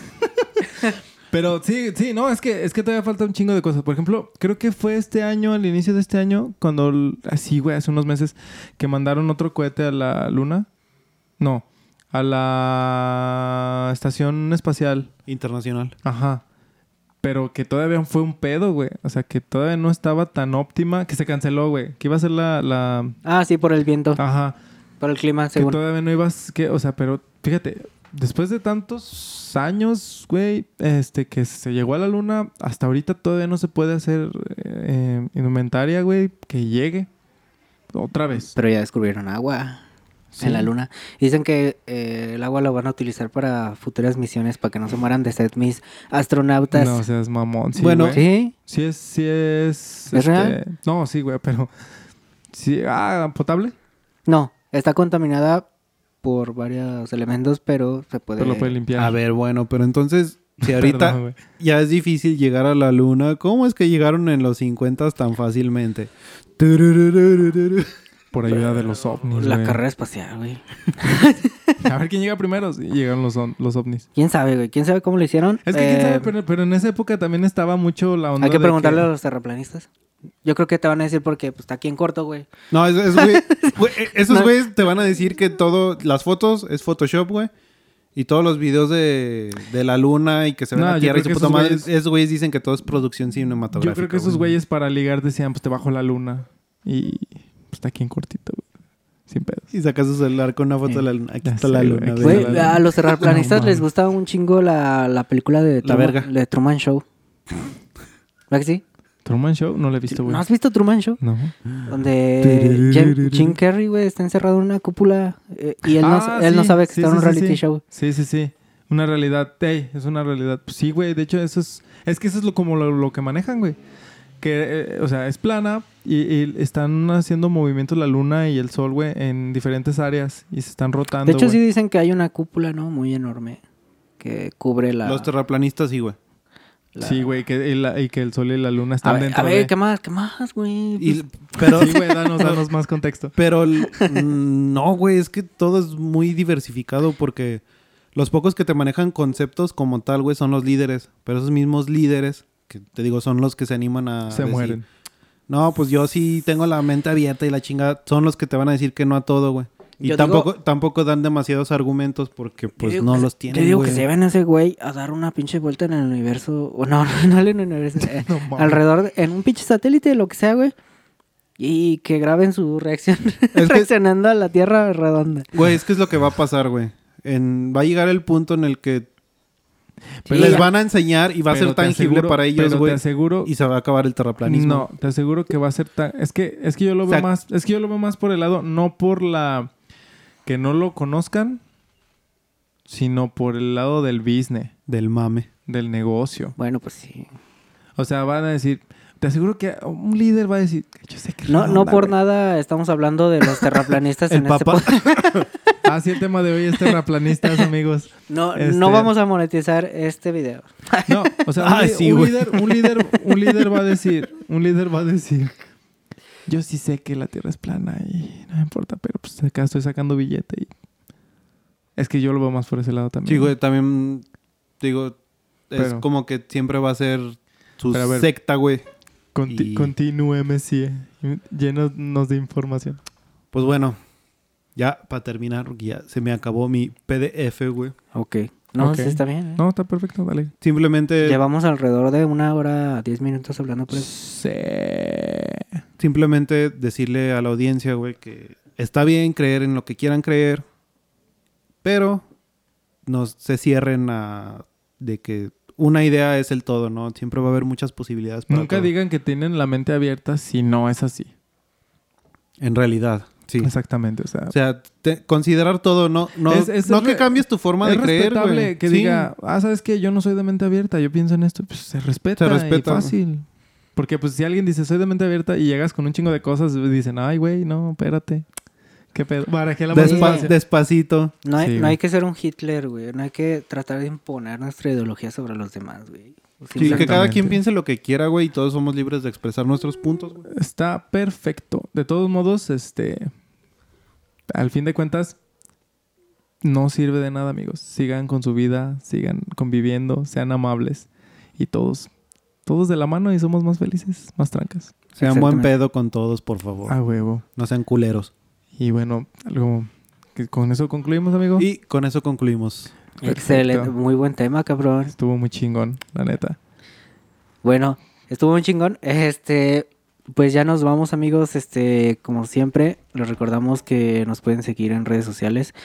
A: Pero sí, sí, no, es que, es que todavía falta un chingo de cosas. Por ejemplo, creo que fue este año, al inicio de este año, cuando, l- así, güey, hace unos meses, que mandaron otro cohete a la Luna. No, a la Estación Espacial.
C: Internacional.
A: Ajá. Pero que todavía fue un pedo, güey. O sea, que todavía no estaba tan óptima, que se canceló, güey. Que iba a ser la... la...
B: Ah, sí, por el viento,
A: Ajá.
B: por el clima,
A: Que
B: según.
A: todavía no ibas, que, o sea, pero fíjate, después de tantos años, güey, este, que se llegó a la luna, hasta ahorita todavía no se puede hacer eh, indumentaria, güey, que llegue otra vez.
B: Pero ya descubrieron agua
A: Sí.
B: en la luna. Dicen que eh, el agua lo van a utilizar para futuras misiones, para que no se mueran de sed mis astronautas.
A: No seas mamón. Sí,
C: Bueno,
A: bueno, sí.
B: ¿Sí?
A: es, sí es. este,
B: ¿Es real?
A: No, sí, güey, pero. Sí, ah, potable.
B: No, está contaminada por varios elementos, pero se puede...
A: Pero lo puede limpiar.
C: A ver, bueno, pero entonces, si
A: [LAUGHS]
C: ahorita.
A: Perdón, güey.
C: Ya es difícil llegar a la luna. ¿Cómo es que llegaron en los 50 tan fácilmente? Turururururu.
A: Por ayuda de los ovnis.
B: La
A: Pues, güey.
B: carrera espacial, güey.
A: [LAUGHS] A ver quién llega primero. Sí, llegaron los, on- los ovnis.
B: ¿Quién sabe, güey? ¿Quién sabe cómo lo hicieron?
A: Es que quién
B: Eh,
A: sabe, pero, pero en esa época también estaba mucho la onda.
B: Hay que
A: de
B: preguntarle a los terraplanistas. Yo creo que te van a decir porque pues, está aquí en corto, güey.
C: No, es-
A: [LAUGHS]
C: es güey- güey, eh, esos
B: No.
C: güeyes te van a decir que todo, las fotos es Photoshop, güey. Y todos los videos de, de la luna y que se ve
A: No,
C: la
A: yo
C: tierra y
A: creo
C: su
A: que
C: puta
A: esos
C: madre.
A: güeyes-
C: Esos güeyes dicen que todo es producción cinematográfica.
A: Yo creo que esos güeyes para ligar decían, pues te bajo la luna. Y pues está aquí en cortito, güey. sin pedos.
C: Y saca su celular con una foto
A: Eh,
C: de la luna. Aquí
A: ya
C: está
A: sé,
C: la
A: güey,
C: luna.
A: aquí
C: ve.
A: está
B: Güey, a los terraplanistas
A: No,
B: les
A: mames.
B: gustaba un chingo la, la película de Truman,
C: verga.
B: de Truman Show. ¿Verdad que sí?
A: Truman Show no lo he visto, güey.
B: ¿No has visto Truman Show?
A: No.
B: Donde Jim, Jim Carrey, güey, está encerrado en una cúpula eh, y él,
A: Ah,
B: no, él no
A: sí,
B: sabe que
A: sí,
B: está en
A: sí,
B: un
A: sí,
B: reality
A: sí.
B: show.
A: Sí, sí, sí. Una realidad. Ey, es una realidad. Pues sí, güey. De hecho, eso es. Es que eso es lo, como lo, lo que manejan, güey. Que, eh, o sea, es plana y, y están haciendo movimientos la luna y el sol, güey, en diferentes áreas y se están rotando.
B: De hecho, sí
A: güey.
B: dicen que hay una cúpula, ¿no? Muy enorme que cubre la...
C: Los terraplanistas, sí, güey.
B: la-
A: Sí, güey, que, y, la- y que el sol y la luna
B: A
A: están
B: ver,
A: dentro.
B: a ver,
A: de...
B: ¿qué más? ¿Qué más, güey?
A: [LAUGHS]
C: Y-
B: Pues, [LAUGHS]
C: pero,
A: Sí, güey, danos, danos más contexto.
C: pero el- mm, no, güey, es que todo es muy diversificado porque los pocos que te manejan conceptos como tal, güey, son los líderes. Pero esos mismos líderes, que te digo, son los que se animan [LAUGHS] a.
A: se
C: decir,
A: mueren.
C: No, pues yo sí tengo la mente abierta y la chingada. Son los que te van a decir que no a todo, güey. Y
B: Yo
C: tampoco,
B: digo-
C: tampoco dan demasiados argumentos porque
B: yo
C: pues
B: digo
C: no
B: que-
C: los tienen.
B: Yo digo
C: güey.
B: que se ven a ese güey a dar una pinche vuelta en el universo. O no, [LAUGHS] no en el universo.
C: [LAUGHS]
B: eh, alrededor, de- en un pinche satélite, lo que sea, güey. Y que graben su reacción [LAUGHS]
C: que-
B: reaccionando a la Tierra redonda.
C: Güey, es que es lo que va a pasar, güey. En- va a llegar el punto en el que
B: Sí,
C: les
B: ya.
C: van a enseñar y va a
A: Pero
C: ser
A: te
C: tangible
A: aseguro-
C: para ellos,
A: pero
C: güey.
A: Te aseguro
C: Y se va a acabar el terraplanismo.
A: No, te aseguro que va a ser tan es que es que yo lo
C: O
A: veo
C: sea-
A: más es que yo lo veo más por el lado no por la que no lo conozcan, sino por el lado del business,
C: Del mame.
A: del negocio.
B: Bueno, pues sí.
A: O sea, van a decir, te aseguro que un líder va a decir, yo sé que
B: No, no
A: onda,
B: por
A: güey".
B: nada estamos hablando de los
C: [LAUGHS]
B: terraplanistas
C: El
B: en este
C: papá.
B: podcast.
A: Ah, sí, el tema de hoy es
B: [LAUGHS]
A: terraplanistas, amigos.
B: No,
A: Este-
B: no vamos a monetizar este video.
A: No, o
C: [LAUGHS]
A: sea, un,
C: Ah,
A: li-
C: sí,
A: un
C: güey.
A: líder, un líder, un líder va a decir, un líder va a decir, yo sí sé que la Tierra es plana y no me importa, pero pues acá estoy sacando billete y es que yo lo veo más por ese lado también.
C: Sí, güey, también digo, es
A: Pero-
C: como que siempre va a ser su
A: Pero a ver.
C: secta, güey.
A: Conti-
C: Y-
A: Continúe, Messi, llénanos de información.
C: Pues bueno, ya para terminar, porque ya se me acabó mi PDF, güey.
B: Ok. No,
A: Ok.
B: sí está bien. ¿eh?
A: No, está perfecto, dale.
C: Simplemente,
B: Llevamos alrededor de una hora, diez minutos hablando por eso.
C: Pues,
A: Sí.
C: simplemente decirle a la audiencia, güey, que está bien creer en lo que quieran creer, pero no se cierren a de que una idea es el todo, ¿no? Siempre va a haber muchas posibilidades. para
A: Nunca
C: todo.
A: digan que tienen la mente abierta si no es así.
C: En realidad, sí.
A: Exactamente, o sea,
C: O sea, te- considerar todo, no, no,
A: Es- es
C: no
A: re-
C: que cambies tu forma
A: es
C: de creer.
A: respetable
C: güey.
A: que
C: Sí.
A: diga, ah, ¿sabes qué? Yo no soy de mente abierta, yo pienso en esto. Pues se respeta,
C: Se respeta,
A: y
C: güey.
A: fácil. Porque pues si alguien dice, soy de mente abierta y llegas con un chingo de cosas, pues, dicen, ay, güey, no, espérate. ¿Qué pedo? Barajé la
C: Despa-
A: paciencia.
C: despacito.
B: No hay,
A: Sí,
B: no hay
A: güey.
B: que ser un Hitler, güey. No hay que tratar de imponer nuestra ideología sobre los demás, güey.
C: Sí, que cada
A: Exactamente.
C: quien piense lo que quiera, güey, y todos somos libres de expresar nuestros puntos, güey.
A: Está perfecto. De todos modos, este... Al fin de cuentas, no sirve de nada, amigos. Sigan con su vida, sigan conviviendo, sean amables. Y todos, todos de la mano y somos más felices, más trancas.
C: Sean buen
B: Exactamente.
C: pedo con todos, por favor.
A: A huevo.
C: No sean culeros.
A: Y bueno, algo que con eso concluimos, amigo.
C: Y con eso concluimos.
B: Excelente.
A: Perfecto.
B: Muy buen tema, cabrón.
A: Estuvo muy chingón, la neta.
B: Bueno, estuvo un chingón. Este, pues ya nos vamos, amigos. Este, como siempre, les recordamos que nos pueden seguir en redes sociales.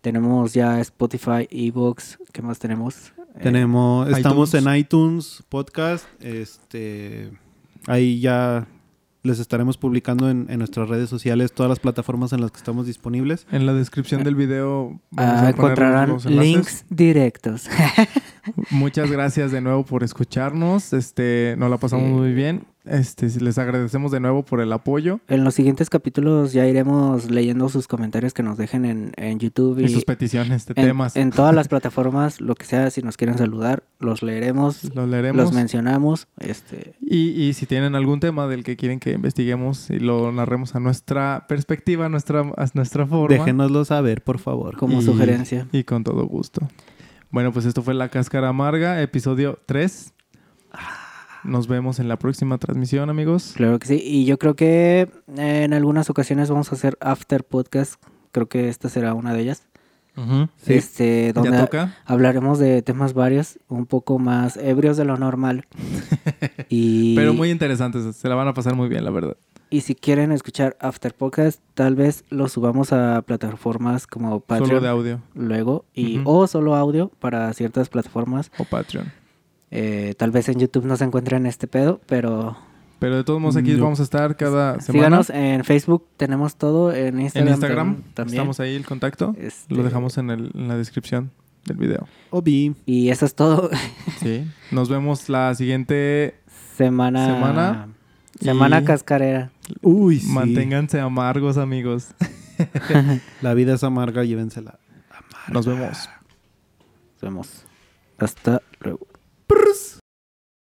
B: Tenemos ya Spotify, Evox. ¿Qué más tenemos? Eh,
C: Tenemos, estamos
A: iTunes.
C: en iTunes Podcast. Este, ahí ya les estaremos publicando en, en nuestras redes sociales todas las plataformas en las que estamos disponibles.
A: En la descripción del video vamos
B: ah,
A: a poner
B: encontrarán
A: los enlaces.
B: links directos. [LAUGHS]
A: Muchas gracias de nuevo por escucharnos. Este, nos la pasamos
B: Sí.
A: muy bien. Este, les agradecemos de nuevo por el apoyo
B: en los siguientes capítulos ya iremos leyendo sus comentarios que nos dejen en, en YouTube
A: y,
B: y,
A: sus peticiones de
B: en,
A: temas.
B: en todas las plataformas, lo que sea, si nos quieren saludar, los leeremos,
A: los
B: los
A: leeremos.
B: mencionamos. Este,
A: y, y si tienen algún tema del que quieren que investiguemos y lo narremos a nuestra perspectiva, a nuestra, a nuestra forma.
C: Déjenoslo saber, por favor.
B: como
A: Y-
B: sugerencia.
A: Y con todo gusto. Bueno, pues esto fue La Cáscara Amarga, episodio 3. Nos vemos en la próxima transmisión, amigos.
B: Claro que sí. Y yo creo que eh, en algunas ocasiones vamos a hacer after podcast. Creo que esta será una de ellas.
C: Sí.
B: Este, donde
A: Ya toca.
B: hablaremos de temas varios, un poco
A: [LAUGHS]
B: más ebrios de lo normal. y
A: Pero muy interesantes. Se la van a pasar muy bien, la verdad.
B: Y si quieren escuchar After Podcast, tal vez lo subamos a plataformas como Patreon.
A: Solo de audio
B: Luego, y,
A: Ujú.
B: o solo audio para ciertas plataformas.
A: o Patreon.
B: Eh, tal vez en YouTube no se encuentren este pedo, pero
A: Pero de todos modos aquí
C: No.
A: vamos a estar cada semana.
B: Mm, síganos en Facebook, tenemos todo. En
A: en
B: Instagram,
A: Instagram
B: tam- también.
A: estamos ahí el contacto.
B: Este,
A: Lo dejamos en, el- en la descripción del video.
C: Obi.
B: Y eso es todo. [LAUGHS]
A: Sí. Nos vemos la siguiente
B: Semana.
A: Semana.
B: Semana
A: Y
B: cascarera.
C: Uy, sí.
A: Manténganse amargos, amigos.
C: La vida es amarga, llévensela.
A: Nos vemos.
B: Nos vemos. Hasta luego.
C: Prrrs.